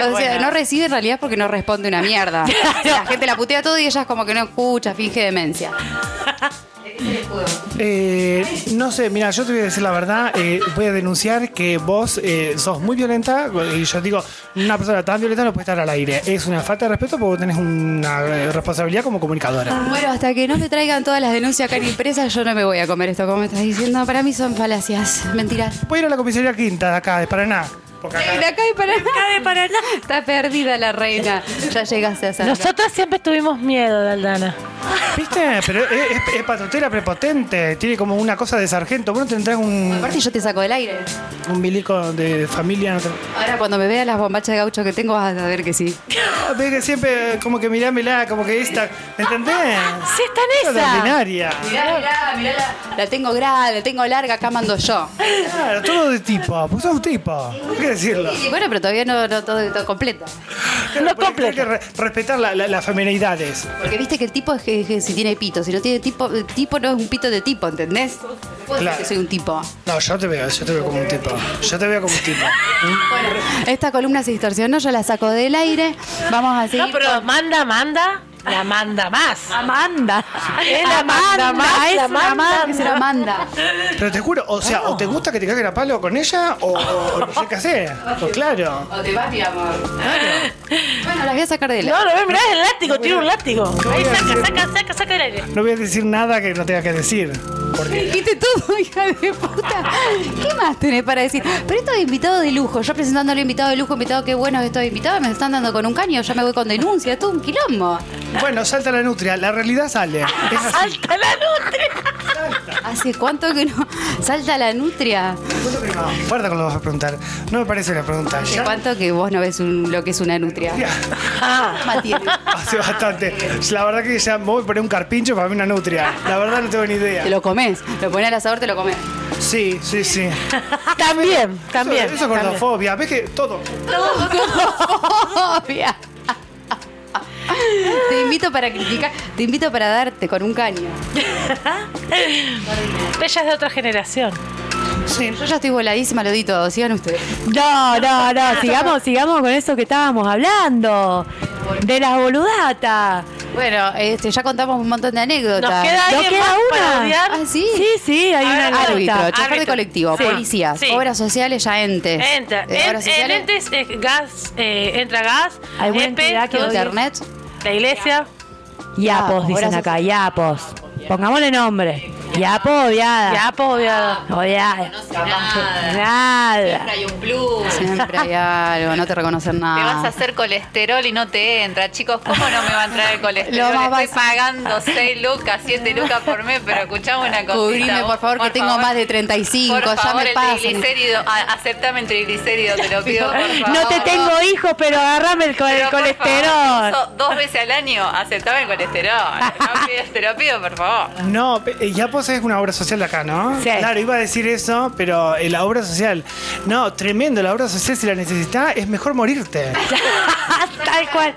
[SPEAKER 1] O sea,
[SPEAKER 5] bueno.
[SPEAKER 1] no recibe en realidad porque no responde una mierda. O sea, La gente la putea todo y ella es como que no escucha, finge demencia.
[SPEAKER 4] Eh, no sé, mira, yo te voy a decir la verdad. eh, voy a denunciar que vos eh, sos muy violenta. Y yo digo, una persona tan violenta no puede estar al aire. Es una falta de respeto porque vos tenés una eh, responsabilidad como comunicadora.
[SPEAKER 1] Bueno, hasta que no me traigan todas las denuncias acá en impresa, yo no me voy a comer esto, como me estás diciendo. Para mí son falacias, mentiras.
[SPEAKER 4] Voy a ir a la comisaría quinta de acá, de Paraná. Porque acá-
[SPEAKER 1] De acá y para
[SPEAKER 2] Cabe para nada.
[SPEAKER 1] Está perdida la reina. Ya llegaste a hacerlo.
[SPEAKER 3] Nosotras siempre tuvimos miedo, Daldana.
[SPEAKER 4] ¿Viste? Pero es, es- es patotera prepotente. Tiene como una cosa de sargento. Bueno, tendrás un,
[SPEAKER 1] Aparte yo te saco del aire.
[SPEAKER 4] un milico de familia. no te-
[SPEAKER 1] Ahora cuando me veas las bombachas de gaucho que tengo vas a ver que sí.
[SPEAKER 4] Ah, Ves que siempre eh, como que mirá, mirá, como que esta. ¿Entendés?
[SPEAKER 2] Sí, está en
[SPEAKER 4] Es
[SPEAKER 2] esa.
[SPEAKER 4] ordinaria.
[SPEAKER 1] Mirá, mirá, mirá. La, la tengo grande, la tengo larga, acá mando yo.
[SPEAKER 4] Claro, todo de tipo. Pues sos un tipo. Hay que decirlo.
[SPEAKER 1] Y bueno, pero todavía no, no todo, todo completo.
[SPEAKER 4] No Hay que re- respetar la- la- las feminidades.
[SPEAKER 1] Porque viste que el tipo es que, es que si tiene pito. Si no tiene tipo, el tipo no es un pito de tipo, ¿entendés? Puedo decir
[SPEAKER 4] Claro.
[SPEAKER 1] que soy un tipo.
[SPEAKER 4] No, yo te veo, yo te veo como un tipo. Yo te veo como un tipo.
[SPEAKER 1] Esta columna se distorsionó, yo la saco del aire. Vamos a seguir.
[SPEAKER 3] No, pero manda, manda, la manda más.
[SPEAKER 2] Amanda.
[SPEAKER 3] Es la manda más,
[SPEAKER 2] Es
[SPEAKER 3] la manda
[SPEAKER 2] Amanda.
[SPEAKER 1] que se la manda.
[SPEAKER 4] Pero te juro, o sea, o te gusta que te caguen a palo con ella, o, o no sé qué hacer. Pues claro.
[SPEAKER 1] O te vas, mi amor. Bueno, las voy a sacar del aire.
[SPEAKER 3] No, no, mirá, es el látigo, tiene un látigo. Ahí saca, saca, saca, saca el aire.
[SPEAKER 4] No voy a decir nada que no tenga que decir. Porque
[SPEAKER 1] Dijiste todo, hija de puta. ¿Qué más tenés para decir? Pero esto de invitado de lujo, yo presentándole invitado de lujo, invitado, qué bueno estos invitados, me están dando con un caño, ya me voy con denuncia, todo un quilombo.
[SPEAKER 4] Bueno, salta la nutria, la realidad sale. Es así.
[SPEAKER 3] Salta la nutria.
[SPEAKER 1] ¿Hace cuánto que no salta la nutria?
[SPEAKER 4] No, guarda con lo que vas a preguntar. No me parece una pregunta.
[SPEAKER 1] ¿Hace
[SPEAKER 4] Ya,
[SPEAKER 1] cuánto que vos no ves un- lo que es una nutria?
[SPEAKER 4] ya,
[SPEAKER 1] Matiel,
[SPEAKER 4] hace bastante. La verdad que ya me voy a poner un carpincho para mí una nutria. La verdad no tengo ni idea.
[SPEAKER 1] Te lo comes, lo pones al asador, te lo comes.
[SPEAKER 4] Sí, sí, sí.
[SPEAKER 3] Ah, También, también.
[SPEAKER 4] Eso, eso es
[SPEAKER 3] también.
[SPEAKER 4] gordofobia. Ves que todo.
[SPEAKER 1] Obvia. Te invito para criticar, te invito para darte con un caño.
[SPEAKER 3] Ella es de otra generación.
[SPEAKER 4] Sí.
[SPEAKER 1] Yo ya estoy voladísima, lo di todo, sigan ustedes.
[SPEAKER 2] No, no, no. Sigamos, sigamos con eso que estábamos hablando. De las boludatas.
[SPEAKER 1] Bueno, este, ya contamos un montón de anécdotas.
[SPEAKER 3] Nos queda
[SPEAKER 2] ¿No
[SPEAKER 3] alguien
[SPEAKER 2] queda
[SPEAKER 3] más
[SPEAKER 2] una?
[SPEAKER 3] para odiar.
[SPEAKER 1] Ah, sí.
[SPEAKER 2] Sí, sí, hay
[SPEAKER 3] A
[SPEAKER 2] una
[SPEAKER 3] ver,
[SPEAKER 1] Árbitro,
[SPEAKER 2] nota.
[SPEAKER 1] chofer de
[SPEAKER 3] Árbitro.
[SPEAKER 1] colectivo,
[SPEAKER 3] Sí.
[SPEAKER 1] policías,
[SPEAKER 3] Sí.
[SPEAKER 1] obras sociales, ya entes.
[SPEAKER 3] Entra.
[SPEAKER 1] Eh,
[SPEAKER 3] En-
[SPEAKER 1] obras
[SPEAKER 3] el
[SPEAKER 1] sociales,
[SPEAKER 3] ente es- es gas, eh, entra gas,
[SPEAKER 2] ¿Alguna
[SPEAKER 3] EPE,
[SPEAKER 2] entidad que
[SPEAKER 3] todo
[SPEAKER 2] odie?
[SPEAKER 1] internet.
[SPEAKER 3] bien. la iglesia.
[SPEAKER 2] Yapos,
[SPEAKER 1] Yapos,
[SPEAKER 2] dicen
[SPEAKER 1] gracias.
[SPEAKER 2] acá, yapos. Pongámosle nombre. Yapo odiada.
[SPEAKER 3] Ya, po, odiada.
[SPEAKER 2] Odiada.
[SPEAKER 5] Nada,
[SPEAKER 2] Nada.
[SPEAKER 5] hay un plus.
[SPEAKER 1] Siempre hay algo, no te reconocen nada.
[SPEAKER 5] Te vas a hacer colesterol y no te entra, chicos. ¿Cómo no me va a entrar el colesterol?
[SPEAKER 1] Lo más
[SPEAKER 5] Estoy
[SPEAKER 1] básico.
[SPEAKER 5] pagando 6 lucas, 7 lucas por mes, pero escuchame una cosita.
[SPEAKER 1] Cubrime, por favor, que tengo más de 35,
[SPEAKER 5] Por
[SPEAKER 1] ya
[SPEAKER 5] favor,
[SPEAKER 1] me
[SPEAKER 5] el
[SPEAKER 1] pasan.
[SPEAKER 5] triglicérido, a- aceptame el triglicérido, te lo pido, por favor.
[SPEAKER 2] No te tengo hijos, pero agarrame el, co- el
[SPEAKER 5] Pero, por
[SPEAKER 2] colesterol.
[SPEAKER 5] favor, eso dos veces al año, aceptame el colesterol. No pides- te lo pido, por favor.
[SPEAKER 4] No, pe- eh, Yapos es una obra social de acá, ¿no?
[SPEAKER 2] Sí.
[SPEAKER 4] Claro, iba a decir eso, pero eh, la obra social. No, tremendo, la obra social, si la necesitas, es mejor morirte.
[SPEAKER 2] Tal cual.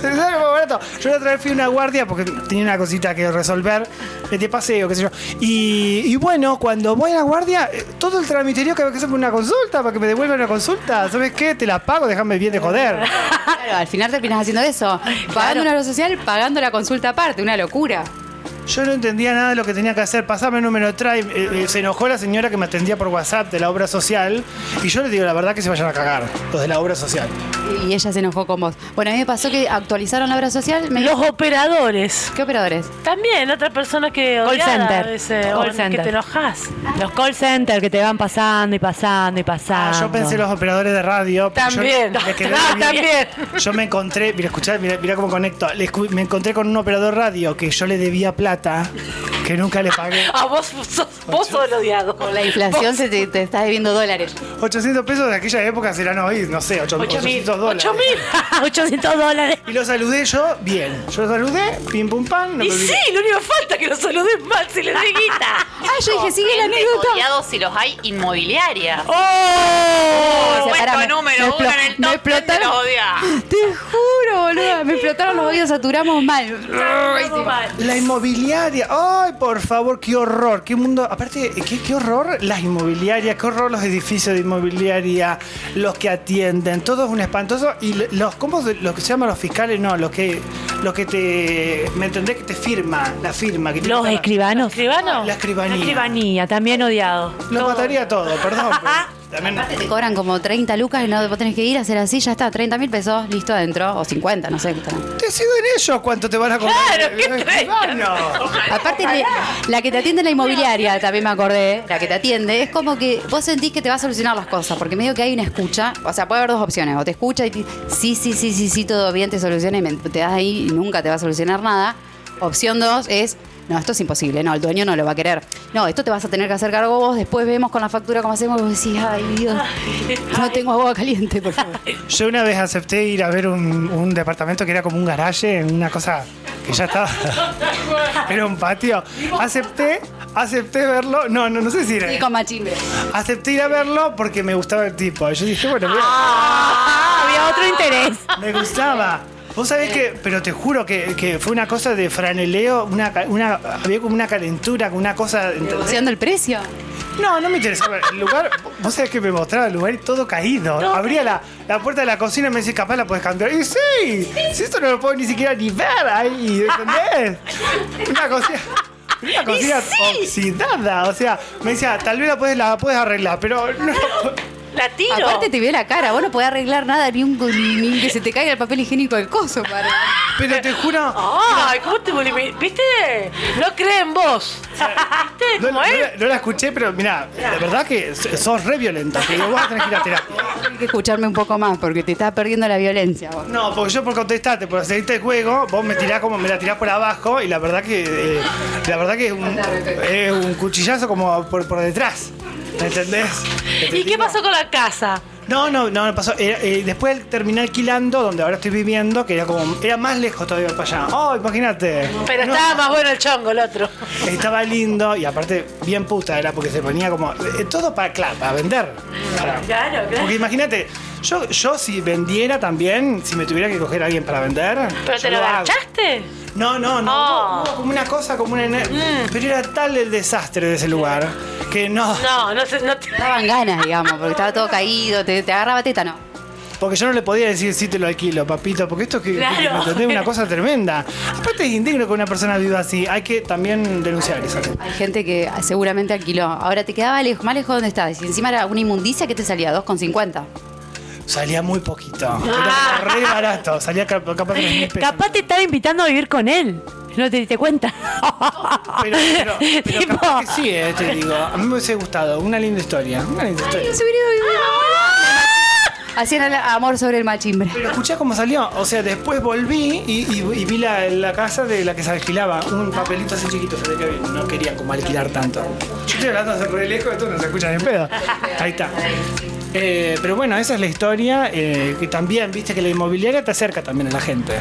[SPEAKER 4] ¿Sabes lo más barato? Yo la otra vez fui a una guardia porque tenía una cosita que resolver eh, de paseo, qué sé yo. Y, y bueno, cuando voy a la guardia, eh, todo el tramiterío que había que hacer por una consulta, para que me devuelvan una consulta, ¿sabes qué? Te la pago, déjame bien de joder.
[SPEAKER 1] Claro, al final terminas haciendo eso. Pagando una obra social, pagando la consulta aparte, una locura.
[SPEAKER 4] Yo no entendía nada de lo que tenía que hacer. Pasame el número trae. eh, eh, se enojó la señora que me atendía por WhatsApp de la obra social. Y yo le digo la verdad que se vayan a cagar, los de la obra social.
[SPEAKER 1] Y ella se enojó con vos. Bueno, a mí me pasó que actualizaron la obra social. Me...
[SPEAKER 3] Los operadores.
[SPEAKER 1] ¿Qué operadores?
[SPEAKER 3] También, otras personas que
[SPEAKER 2] Call
[SPEAKER 3] odiadas
[SPEAKER 2] center.
[SPEAKER 3] a veces, o
[SPEAKER 2] Call
[SPEAKER 3] que
[SPEAKER 2] center.
[SPEAKER 3] te enojas.
[SPEAKER 2] Los call center que te van pasando y pasando y pasando.
[SPEAKER 4] Ah, yo pensé los operadores de radio. pero yo
[SPEAKER 3] También.
[SPEAKER 4] me quedé
[SPEAKER 3] Ah,
[SPEAKER 4] bien.
[SPEAKER 3] también.
[SPEAKER 4] Yo me encontré, mira, escuchá, mira, mira cómo conecto. Le escu- Me encontré con un operador radio que yo le debía plata, que nunca le pagué.
[SPEAKER 3] A Ah, vos sos, vos sos el odiado.
[SPEAKER 1] Con la inflación se te, te está debiendo dólares.
[SPEAKER 4] 800 pesos de aquella época serán hoy, no sé, 8, 800 dólares.
[SPEAKER 2] 800 dólares.
[SPEAKER 4] Y lo saludé yo, bien. Yo lo saludé, pim pum pam. No
[SPEAKER 3] Y
[SPEAKER 4] me olvidé.
[SPEAKER 3] sí, lo único que falta es que lo saludes mal si le doy guita.
[SPEAKER 1] Ah, yo dije, sigue la
[SPEAKER 5] Gente
[SPEAKER 1] anécdota.
[SPEAKER 5] odiados si los hay inmobiliaria.
[SPEAKER 2] ¡Oh!
[SPEAKER 5] Puesto
[SPEAKER 1] pará, me-
[SPEAKER 5] número
[SPEAKER 1] me
[SPEAKER 5] uno en el
[SPEAKER 1] explo- me
[SPEAKER 5] top 10 de los
[SPEAKER 1] explotaron.
[SPEAKER 5] odiados.
[SPEAKER 1] Te juro, boluda. Me explotaron los oídos, saturamos mal.
[SPEAKER 3] Todo mal.
[SPEAKER 4] La inmobiliaria. Ay, por favor, qué horror. Qué mundo. Aparte, qué, qué horror las inmobiliarias, qué horror los edificios de inmobiliaria, los que atienden. Todo es un espantoso. Y l- los, ¿cómo se- los que se llaman los fiscales? No, los que, los que te. ¿Me entendés? Que te firma, la firma. Que te
[SPEAKER 2] Los
[SPEAKER 4] firma.
[SPEAKER 2] escribanos.
[SPEAKER 3] ¿Escribano?
[SPEAKER 4] La escribanía.
[SPEAKER 2] La escribanía, también odiado.
[SPEAKER 4] Los mataría todo, perdón. pero también.
[SPEAKER 1] Te cobran como 30 lucas y no vos tenés que ir a hacer así, ya está, 30 mil pesos, listo adentro, o 50, no sé. qué tal.
[SPEAKER 4] Deciden ellos cuánto te van a cobrar. Eh,
[SPEAKER 5] Claro, qué
[SPEAKER 4] Los
[SPEAKER 5] treta.
[SPEAKER 4] escribanos.
[SPEAKER 1] Aparte, le- la que te atiende en la inmobiliaria, también me acordé, la que te atiende, es como que vos sentís que te va a solucionar las cosas, porque medio que hay una escucha, o sea, puede haber dos opciones, o te escucha y te- sí, sí, sí, sí, sí, todo bien, te soluciona y me- te das ahí y nunca te va a solucionar nada. Opción dos es, no, esto es imposible, no, el dueño no lo va a querer. No, esto te vas a tener que hacer cargo vos, después vemos con la factura cómo hacemos, y vos decís, ay, Dios, no tengo agua caliente, por favor.
[SPEAKER 4] Yo una vez acepté ir a ver un, un departamento que era como un garaje, en una cosa que ya estaba. era un patio. Acepté, acepté verlo. No, no, no sé si
[SPEAKER 1] Y
[SPEAKER 4] era.
[SPEAKER 1] con machimbre.
[SPEAKER 4] Acepté ir a verlo porque me gustaba el tipo. Yo dije, bueno, mira,
[SPEAKER 2] Ah, había otro interés.
[SPEAKER 4] me gustaba. Vos sabés que, pero te juro que, que fue una cosa de franeleo, una, ca- una, había como una calentura, como una cosa. ¿entendés?
[SPEAKER 1] ¿Negociando el precio?
[SPEAKER 4] No, no me interesaba el lugar. Vos sabés que me mostraba el lugar y todo caído. Abría la, la puerta de la cocina y me decía, capaz la podés cambiar. Y sí, si esto no lo puedo ni siquiera ni ver ahí, ¿entendés? Una cocina. Una cocina oxidada. O sea, me decía, tal vez la puedes la puedes arreglar, pero no.
[SPEAKER 3] La tiro.
[SPEAKER 1] Aparte te vio la cara, vos no podés arreglar nada, ni, un, ni, ni que se te caiga el papel higiénico del coso. Para.
[SPEAKER 4] Pero te juro.
[SPEAKER 3] Ay, ¿cómo te volví? ¿Viste? No cree en vos. ¿Viste?
[SPEAKER 4] No,
[SPEAKER 3] ¿Cómo
[SPEAKER 4] no
[SPEAKER 3] es?
[SPEAKER 4] la, no la escuché, pero mira, la verdad que so- sos re violenta. Que vos vas a tener que ir a terapia.
[SPEAKER 1] Tenés que escucharme un poco más, porque te estás perdiendo la violencia. vos.
[SPEAKER 4] No, porque yo por contestarte, por hacerte el juego, vos me tirás como me la tirás por abajo y la verdad que eh, la verdad que es un, es un cuchillazo como por, por detrás. ¿Me entendés?
[SPEAKER 3] ¿Y qué pasó con la casa?
[SPEAKER 4] No, no, no, no pasó. Era, eh, después del terminar alquilando, donde ahora estoy viviendo, que era como. Era más lejos todavía para allá. Oh, imagínate.
[SPEAKER 3] Pero
[SPEAKER 4] No,
[SPEAKER 3] estaba más bueno el chongo, el otro.
[SPEAKER 4] Estaba lindo y aparte bien puta era porque se ponía como. eh, todo para, claro, para vender. Para-
[SPEAKER 3] Claro,
[SPEAKER 4] porque imagínate, yo, yo si vendiera también, si me tuviera que coger a alguien para vender.
[SPEAKER 3] ¿Pero
[SPEAKER 4] yo
[SPEAKER 3] te lo
[SPEAKER 4] hago.
[SPEAKER 3] ganchaste?
[SPEAKER 4] No, no, no.
[SPEAKER 3] Oh.
[SPEAKER 4] hubo- hubo como una cosa, como una. Pero era tal el desastre de ese lugar que no.
[SPEAKER 3] No, no sé, no te...
[SPEAKER 1] Te daban ganas, digamos, porque estaba todo caído, te, te agarraba teta, no.
[SPEAKER 4] Porque yo no le podía decir sí te lo alquilo, papito, porque esto que.
[SPEAKER 3] Claro.
[SPEAKER 4] ¿me entendés? Una cosa tremenda. Aparte es indigno que una persona viva así. Hay que también denunciar eso.
[SPEAKER 1] Hay gente que seguramente alquiló. Ahora te quedaba lejos, más lejos de donde estabas. Y encima era una inmundicia que te salía 2,50.
[SPEAKER 4] Salía muy poquito. Era re barato. Salía cap- capaz de mil pesos.
[SPEAKER 2] Capaz te estaba invitando a vivir con él. No te diste cuenta.
[SPEAKER 4] Pero, pero, pero
[SPEAKER 2] Tipo,
[SPEAKER 4] capaz que sí, eh, te digo. A mí me hubiese gustado. Una linda historia. Una linda historia.
[SPEAKER 1] Se hubiera ido viviendo. Hacían el amor sobre el machimbre.
[SPEAKER 4] Pero escuchá cómo salió. O sea, después volví y, y- y vi la, la casa de la que se alquilaba. Un papelito así chiquito se ve que no querían como alquilar tanto. Yo estoy hablando hace re lejos, esto no se escucha ni en pedo. Ahí está. Eh, pero bueno, esa es la historia. eh, que también, viste que la inmobiliaria te acerca también a la gente.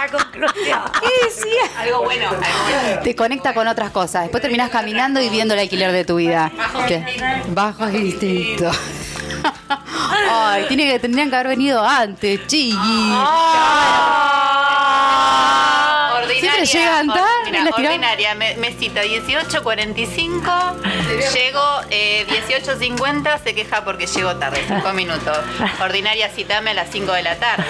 [SPEAKER 5] Algo bueno, algo bueno.
[SPEAKER 1] Te conecta con otras cosas. Después terminás caminando y viendo el alquiler de tu vida. Que- Bajo es distinto. Ay, tiene que, tendrían que haber venido antes, chiqui. Siempre
[SPEAKER 5] Ordinaria,
[SPEAKER 1] llegan tarde,
[SPEAKER 5] ordina-
[SPEAKER 1] las tiran.
[SPEAKER 5] ordinaria, me- mesita 18.45, llego eh, 18.50, se queja porque llego tarde, 5 minutos. Ordinaria, citame a las 5 de la tarde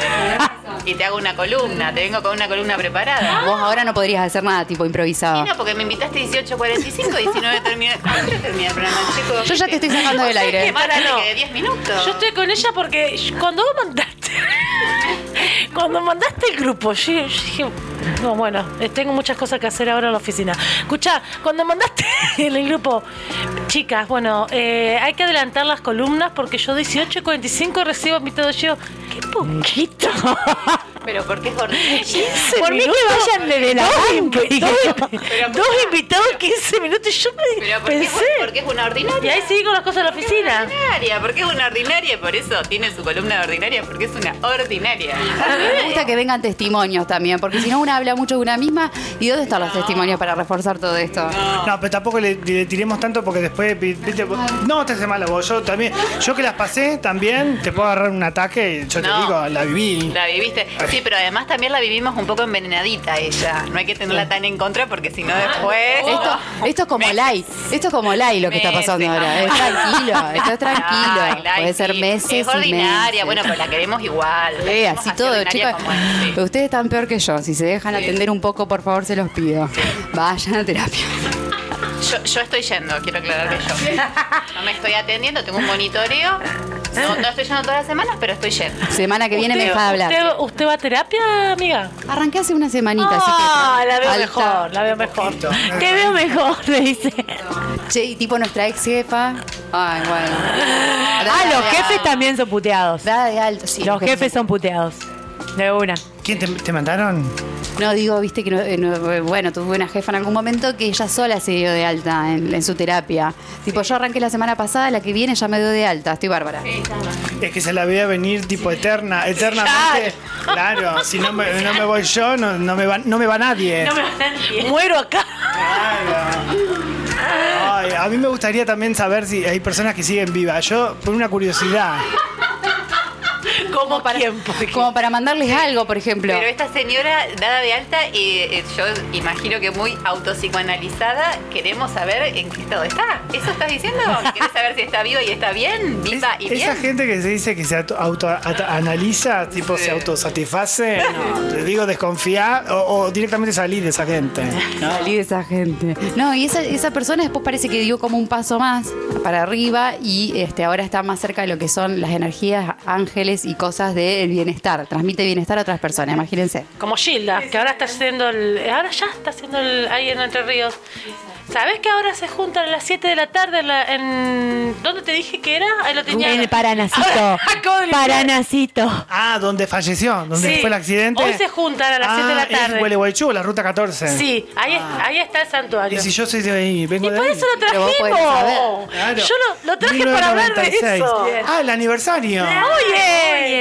[SPEAKER 5] y te hago una columna, te vengo con una columna preparada.
[SPEAKER 1] Vos ahora no podrías hacer nada tipo improvisado.
[SPEAKER 5] Y no, porque me invitaste 18.45, 19 terminé. ¿Cuándo terminé el programa, chicos?
[SPEAKER 1] Yo ya te estoy sacando del aire.
[SPEAKER 5] Qué más tarde
[SPEAKER 3] No.
[SPEAKER 5] que 10 minutos.
[SPEAKER 3] Yo estoy con ella porque cuando vos mandaste. Cuando mandaste el grupo, yo, yo dije, no, bueno, eh, tengo muchas cosas que hacer ahora en la oficina. Escuchá, cuando mandaste en el grupo, chicas, bueno, eh, hay que adelantar las columnas porque yo 18 y 45 recibo mi todo yo. ¡Qué poquito!
[SPEAKER 5] pero porque es gordita.
[SPEAKER 3] Por mí que vayan desde la banca.
[SPEAKER 5] Pero-
[SPEAKER 3] Dos invitados 15 minutos. Yo me
[SPEAKER 5] Pero porque,
[SPEAKER 3] pensé.
[SPEAKER 5] es, porque es una
[SPEAKER 3] Y
[SPEAKER 5] ordinaria.
[SPEAKER 3] ahí seguí con las cosas de la
[SPEAKER 5] Es una
[SPEAKER 3] oficina.
[SPEAKER 5] ordinaria, porque es una ordinaria y por eso tiene su columna de ordinaria, porque es una ordinaria.
[SPEAKER 1] Me gusta que vengan testimonios también, porque si no una habla mucho de una misma. ¿Y dónde están los testimonios para reforzar todo esto?
[SPEAKER 4] No, pero tampoco le, le tiremos tanto porque después. vi- viste, vos- no, te hace mal vos. Yo también. Yo que las pasé también, te puedo agarrar un ataque y yo te
[SPEAKER 5] No.
[SPEAKER 4] digo, la viví.
[SPEAKER 5] La viviste. Sí, pero además también la vivimos un poco envenenadita ella. No hay que tenerla tan en contra porque si no después.
[SPEAKER 1] Esto, esto es como Lai, esto es como Lai lo que está pasando
[SPEAKER 5] Meses,
[SPEAKER 1] ahora.
[SPEAKER 5] no.
[SPEAKER 1] Es tranquilo, esto es tranquilo.
[SPEAKER 5] Ay, la-
[SPEAKER 1] Puede ser
[SPEAKER 5] sí,
[SPEAKER 1] meses.
[SPEAKER 5] Es
[SPEAKER 1] y
[SPEAKER 5] ordinaria,
[SPEAKER 1] meses.
[SPEAKER 5] bueno, pero la queremos igual.
[SPEAKER 1] Eh,
[SPEAKER 5] la queremos
[SPEAKER 1] así todo,
[SPEAKER 5] ordinaria
[SPEAKER 1] chicos.
[SPEAKER 5] como es, sí.
[SPEAKER 1] Pero ustedes están peor que yo. Si se dejan atender un poco, por favor, se los pido. Vayan a terapia.
[SPEAKER 5] Yo, yo estoy yendo, quiero aclarar que yo. No me estoy atendiendo, tengo un monitoreo. No, no estoy yendo todas las semanas, pero estoy yendo.
[SPEAKER 1] Semana que viene me
[SPEAKER 3] ¿Usted-
[SPEAKER 1] deja hablar.
[SPEAKER 3] usted- ¿Usted va a terapia, amiga?
[SPEAKER 1] Arranqué hace una semanita, así que.
[SPEAKER 3] Ah, la veo
[SPEAKER 1] Alta.
[SPEAKER 3] mejor, la veo mejor. Te veo mejor, le dice.
[SPEAKER 1] Che, y tipo nuestra ex jefa. Ay, bueno.
[SPEAKER 3] Ah, los jefes también son puteados.
[SPEAKER 1] Da de alto, sí.
[SPEAKER 3] Los jefes son puteados. De una.
[SPEAKER 4] ¿Quién te, te mandaron?
[SPEAKER 1] No, digo, viste que, no- eh, no- bueno, tuve una jefa en algún momento que ella sola se dio de alta en, en su terapia. Tipo, yo arranqué la semana pasada, la que viene ya me dio de alta. Estoy bárbara.
[SPEAKER 4] Es que se la veía venir tipo eterna, eternamente. Claro, si no me, no me voy yo, no, no me va, no me va nadie.
[SPEAKER 3] Muero acá.
[SPEAKER 4] Claro. Ay, a mí me gustaría también saber si hay personas que siguen vivas. Yo, por una curiosidad.
[SPEAKER 3] Como tiempo.
[SPEAKER 1] Como para mandarles algo, por ejemplo.
[SPEAKER 5] Pero esta señora dada de alta, eh, eh, yo imagino que muy autopsicoanalizada, queremos saber en qué estado está. ¿Eso estás diciendo? ¿Querés saber si está viva y está bien?
[SPEAKER 4] Es-
[SPEAKER 5] ¿Viva y
[SPEAKER 4] esa
[SPEAKER 5] bien?
[SPEAKER 4] gente que se dice que se auto- auto- ata- analiza, tipo
[SPEAKER 5] Sí.
[SPEAKER 4] se autosatisface, no, te digo desconfiar o, o directamente salir de esa gente.
[SPEAKER 1] Salí de esa gente. No, y esa, esa persona después parece que dio como un paso más para arriba y este, ahora está más cerca de lo que son las energías, ángeles y cosas del bienestar. Transmite bienestar a otras personas, imagínense.
[SPEAKER 3] Como Gilda,
[SPEAKER 2] que ahora está haciendo el.
[SPEAKER 3] eh,
[SPEAKER 2] Ahora ya está haciendo el. Ahí en Entre Ríos.
[SPEAKER 3] ¿Sabes que ahora se juntan a las 7 de la tarde en, la- en- ¿Dónde te dije que era? Ahí lo tenía. Ah,
[SPEAKER 2] En el
[SPEAKER 3] Paranacito.
[SPEAKER 2] Paranacito.
[SPEAKER 4] Ah, donde falleció, donde
[SPEAKER 3] Sí.
[SPEAKER 4] fue el accidente.
[SPEAKER 3] Hoy se juntan a las
[SPEAKER 4] ah,
[SPEAKER 3] siete de la
[SPEAKER 4] es
[SPEAKER 3] tarde.
[SPEAKER 4] Gualeguaychú, la ruta 14.
[SPEAKER 3] Sí, ahí, es- ahí está el
[SPEAKER 4] Y
[SPEAKER 3] santuario.
[SPEAKER 4] si yo soy de ahí, vengo
[SPEAKER 3] Y
[SPEAKER 4] de
[SPEAKER 3] por
[SPEAKER 4] ahí.
[SPEAKER 3] eso lo
[SPEAKER 1] Pero vos podés
[SPEAKER 3] trajimos.
[SPEAKER 1] saber.
[SPEAKER 4] Claro.
[SPEAKER 3] Yo lo, lo traje para hablar de
[SPEAKER 4] 1996.
[SPEAKER 3] eso.
[SPEAKER 4] Ah, el aniversario.
[SPEAKER 2] Eh.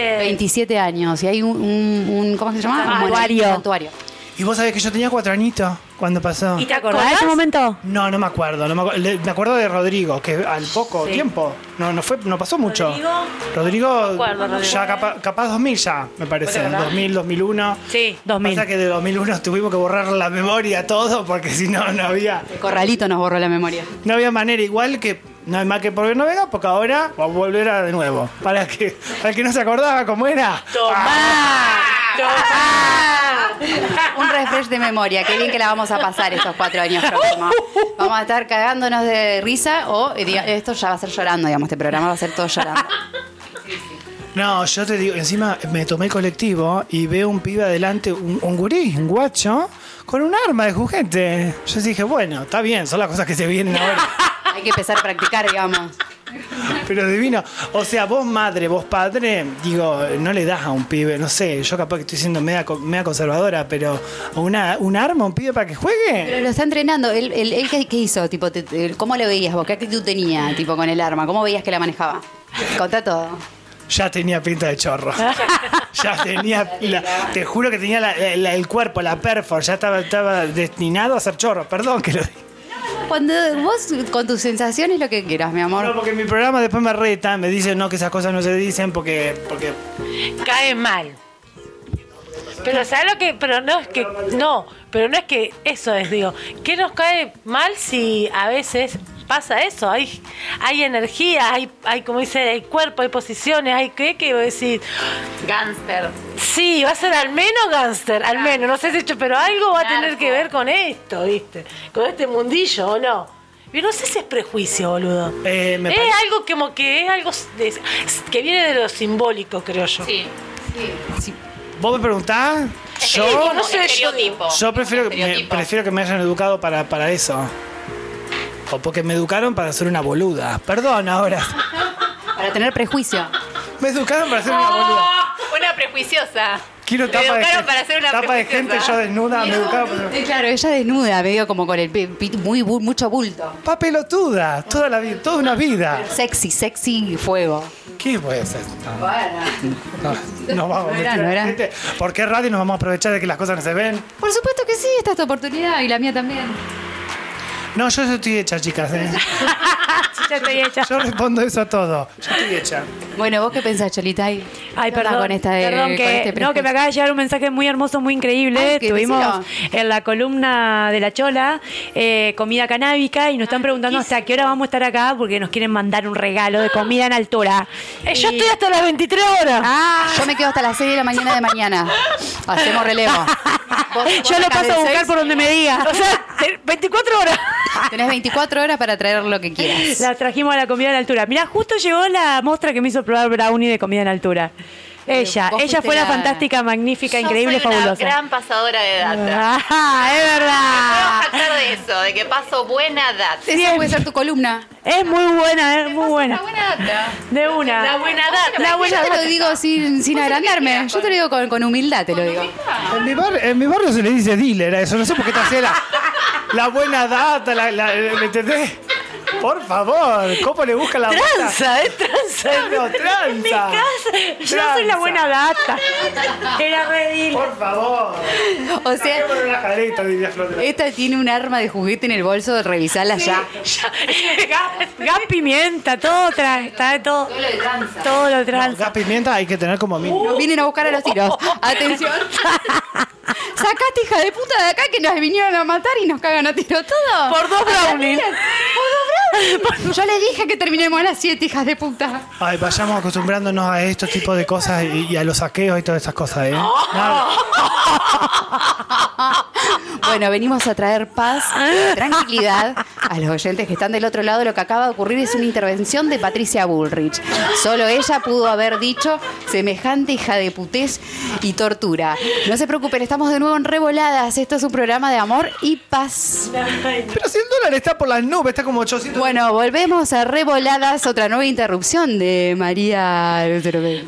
[SPEAKER 3] Oye.
[SPEAKER 1] 27 años y hay un, un- un- ¿cómo se llama? Un
[SPEAKER 2] Santuario.
[SPEAKER 1] santuario.
[SPEAKER 4] Y vos sabés que yo tenía cuatro añitos cuando pasó.
[SPEAKER 3] ¿Y te acordás de ese
[SPEAKER 2] momento?
[SPEAKER 4] No, no me acuerdo. No me, acu- le- me acuerdo de Rodrigo, que al poco tiempo. No, no fue, no pasó mucho.
[SPEAKER 3] Rodrigo.
[SPEAKER 4] Rodrigo,
[SPEAKER 3] acuerdo, Rodrigo.
[SPEAKER 4] ya capa- capaz 2000 ya, me parece. 2000, 2001.
[SPEAKER 3] Sí,
[SPEAKER 2] 2000.
[SPEAKER 4] Pasa que de 2001 tuvimos que borrar la memoria todo porque si no no había
[SPEAKER 1] Corralito nos borró la memoria.
[SPEAKER 4] no había manera igual que no hay más que por no venga porque ahora va a volver a de nuevo para que para el que no se acordaba cómo era.
[SPEAKER 1] Un refresh de memoria. Qué bien que la vamos a pasar estos cuatro años próximos. Vamos a estar cagándonos de risa o eh, diga- esto ya va a ser llorando, digamos. Este programa va a ser todo llorando.
[SPEAKER 4] No, yo te digo, encima me tomé el colectivo y veo un pibe adelante, un, un gurí, un guacho, con un arma de juguete. Yo dije, bueno, está bien, son las cosas que se vienen ahora.
[SPEAKER 1] Hay que empezar a practicar, digamos.
[SPEAKER 4] Pero divino. O sea, vos madre, vos padre, digo, no le das a un pibe, no sé, yo capaz que estoy siendo media, co- media conservadora, pero ¿a una, un arma, a un pibe para que juegue.
[SPEAKER 1] Pero lo está entrenando. ¿Él, él, él qué, qué hizo? Tipo, te- te- ¿Cómo lo veías vos? ¿Qué actitud tenía tipo, con el arma? ¿Cómo veías que la manejaba? Contá todo.
[SPEAKER 4] Ya tenía pinta de chorro. ya tenía, la- te juro que tenía la- la- la- el cuerpo, la perfor, ya estaba, estaba destinado a ser chorro, perdón que lo diga.
[SPEAKER 1] Cuando vos, con tus sensaciones, lo que quieras, mi
[SPEAKER 4] No,
[SPEAKER 1] amor.
[SPEAKER 4] porque en mi programa después me reta, me dicen no que esas cosas no se dicen porque porque
[SPEAKER 3] cae mal. Pero sabes lo que, pero no es que no, pero no es que eso es, digo, que nos cae mal si a veces pasa eso, hay hay energía, hay hay como dice, hay cuerpo, hay posiciones, hay que que decir,
[SPEAKER 5] Gánster.
[SPEAKER 3] sí, va a ser al menos gánster, al menos, no sé si hecho, pero algo va a tener que ver con esto, ¿viste? Con este mundillo o no. Yo no sé si es prejuicio, boludo.
[SPEAKER 4] eh, me
[SPEAKER 3] es
[SPEAKER 4] pare-
[SPEAKER 3] algo como que es algo de- que viene de lo simbólico, creo yo.
[SPEAKER 5] Sí.
[SPEAKER 4] vos me preguntás yo
[SPEAKER 3] digo,
[SPEAKER 5] no
[SPEAKER 3] no sé, yo
[SPEAKER 5] sé, estereotipo.
[SPEAKER 4] yo prefiero que me,
[SPEAKER 5] Estereotipo.
[SPEAKER 4] prefiero que me hayan educado para para eso. O porque me educaron para ser una boluda. Perdón ahora.
[SPEAKER 1] Para tener prejuicio.
[SPEAKER 4] Me educaron para ser una boluda.
[SPEAKER 5] Una ¡Oh! prejuiciosa.
[SPEAKER 4] Quiero
[SPEAKER 5] Ah. Me
[SPEAKER 4] tapa de,
[SPEAKER 5] educaron para ser una
[SPEAKER 4] tapa de
[SPEAKER 5] prejuiciosa.
[SPEAKER 4] gente yo desnuda, me educaron para-
[SPEAKER 1] Eh, Claro, ella desnuda, medio como con el pi- pi- muy bu- mucho bulto.
[SPEAKER 4] Papelotuda, toda la vida, toda una vida.
[SPEAKER 1] Sexy, sexy y fuego.
[SPEAKER 4] ¿Qué pues es esto? No, no vamos a
[SPEAKER 1] No era,
[SPEAKER 4] meter
[SPEAKER 1] no era.
[SPEAKER 4] gente. ¿Por qué radio nos vamos a aprovechar de que las cosas no se ven?
[SPEAKER 1] Por supuesto que sí, esta es tu oportunidad y la mía también.
[SPEAKER 4] No, yo ya estoy hecha, chicas. ¿eh?
[SPEAKER 2] Sí, ya estoy hecha.
[SPEAKER 4] Yo respondo eso a todo. Yo estoy hecha.
[SPEAKER 1] Bueno, ¿vos qué pensás, Cholita? Ay,
[SPEAKER 2] Ay,
[SPEAKER 1] ¿qué onda
[SPEAKER 2] perdón,
[SPEAKER 1] Con esta de-
[SPEAKER 2] perdón
[SPEAKER 1] con
[SPEAKER 2] que,
[SPEAKER 1] este
[SPEAKER 2] no, que me
[SPEAKER 1] prejuicio?
[SPEAKER 2] acaba de llegar un mensaje muy hermoso, muy increíble.
[SPEAKER 1] Ay, que
[SPEAKER 2] Tuvimos
[SPEAKER 1] decilo.
[SPEAKER 2] en la columna de La Chola eh, comida canábica y nos están preguntando hasta qué hora vamos a estar acá porque nos quieren mandar un regalo de comida en altura.
[SPEAKER 3] Eh, Yo
[SPEAKER 2] Y-
[SPEAKER 3] estoy hasta las 23 horas.
[SPEAKER 2] Ah,
[SPEAKER 1] Yo me quedo hasta las 6 de la mañana de mañana. Hacemos relevo. Vos- vos
[SPEAKER 2] yo lo
[SPEAKER 1] sacás
[SPEAKER 2] paso
[SPEAKER 1] de
[SPEAKER 2] a buscar
[SPEAKER 1] seis,
[SPEAKER 2] por donde me diga.
[SPEAKER 3] O sea, te- 24 horas.
[SPEAKER 1] Tenés 24 horas para traer lo que quieras.
[SPEAKER 2] La trajimos a la comida en altura. Mirá, justo llegó la muestra que me hizo probar brownie de comida en altura. Ella,
[SPEAKER 1] vos
[SPEAKER 2] ella
[SPEAKER 1] fuiste
[SPEAKER 2] fue la
[SPEAKER 1] la-
[SPEAKER 2] fantástica, magnífica,
[SPEAKER 5] Yo
[SPEAKER 2] increíble,
[SPEAKER 5] soy una
[SPEAKER 2] fabulosa.
[SPEAKER 5] gran pasadora de data.
[SPEAKER 2] Ajá, es
[SPEAKER 4] Ah.
[SPEAKER 5] Puedo
[SPEAKER 2] verdad.
[SPEAKER 5] jactar de eso, de que paso buena data.
[SPEAKER 1] Esa puede ser tu columna.
[SPEAKER 2] Es muy buena, es muy
[SPEAKER 5] Paso
[SPEAKER 2] buena.
[SPEAKER 5] una buena data.
[SPEAKER 2] De una.
[SPEAKER 5] La buena data.
[SPEAKER 2] La buena
[SPEAKER 1] Yo te
[SPEAKER 2] data.
[SPEAKER 1] lo digo sin, sin
[SPEAKER 5] Vos sabés que
[SPEAKER 1] agrandarme.
[SPEAKER 5] quieras,
[SPEAKER 1] Yo te lo digo con, con humildad, te lo digo.
[SPEAKER 4] En mi, bar- en mi barrio se le dice dealer a eso. No sé por qué te hacía la, la buena data, la, la- ¿me entendés? Por favor, ¿cómo le busca la vuelta?
[SPEAKER 3] Tranza, es tranza.
[SPEAKER 4] No, tranza.
[SPEAKER 2] Mi casa. Yo soy la
[SPEAKER 4] Tranza.
[SPEAKER 2] buena data. Era redil.
[SPEAKER 4] Por favor.
[SPEAKER 1] O sea,
[SPEAKER 4] Saquémosle la careta, diría Flor de la-
[SPEAKER 1] esta tiene un arma de juguete en el bolso, revisala ya.
[SPEAKER 2] Gas, gas pimienta, todo trae, está de todo.
[SPEAKER 1] lo de tranza.
[SPEAKER 2] Todo lo tranza.
[SPEAKER 4] Gas pimienta hay que tener como mínimo.
[SPEAKER 1] Nos vienen a buscar a los tiros. Uh. Atención. Sacaste hija de puta de acá que nos vinieron a matar y nos cagan a tiro todo.
[SPEAKER 2] Por dos brownies.
[SPEAKER 1] Yo le dije que terminemos a las 7, hijas de puta.
[SPEAKER 4] Ay, vayamos acostumbrándonos a estos tipos de cosas y, y a los saqueos y todas esas cosas, ¿eh? Nada.
[SPEAKER 1] Bueno, venimos a traer paz, tranquilidad a los oyentes que están del otro lado. Lo que acaba de ocurrir es una intervención de Patricia Bullrich. Solo ella pudo haber dicho semejante hija de putés y tortura. No se preocupen, estamos de nuevo en Revoladas. Esto es un programa de amor y paz.
[SPEAKER 4] Pero si el dólar está por las nubes, está como 800.
[SPEAKER 1] Bueno, volvemos a Revoladas, otra nueva interrupción de María...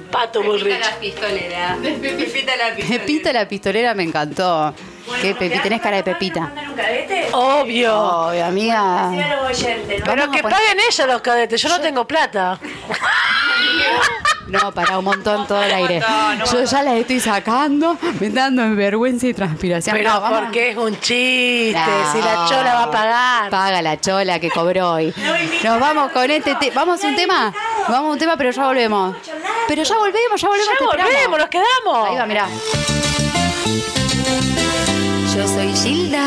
[SPEAKER 3] Pato Bullrich.
[SPEAKER 5] la pistolera. Pepita la pistolera.
[SPEAKER 1] Pepita la pistolera me encantó. Que Pepi, tenés cara de Pepita.
[SPEAKER 3] Obvio.
[SPEAKER 1] Obvio, amiga. Vamos
[SPEAKER 3] Pero
[SPEAKER 1] a poner-
[SPEAKER 3] que paguen ellos los cadetes, yo no tengo plata.
[SPEAKER 1] No, para un montón todo el aire.
[SPEAKER 5] montón, un
[SPEAKER 1] Yo ya las estoy sacando, me dando en vergüenza y transpiración.
[SPEAKER 3] Pero
[SPEAKER 1] No, vamos.
[SPEAKER 3] porque es un chiste,
[SPEAKER 1] No.
[SPEAKER 3] si la chola va a pagar.
[SPEAKER 1] Paga la chola que cobró hoy. Nos vamos con este tema. Vamos a un tema. Vamos a un tema, pero ya volvemos. Pero ya volvemos, ya volvemos. este te
[SPEAKER 3] ya
[SPEAKER 1] esperamos.
[SPEAKER 3] volvemos, nos
[SPEAKER 1] Ahí va,
[SPEAKER 3] quedamos.
[SPEAKER 1] mirá. Yo soy Gilda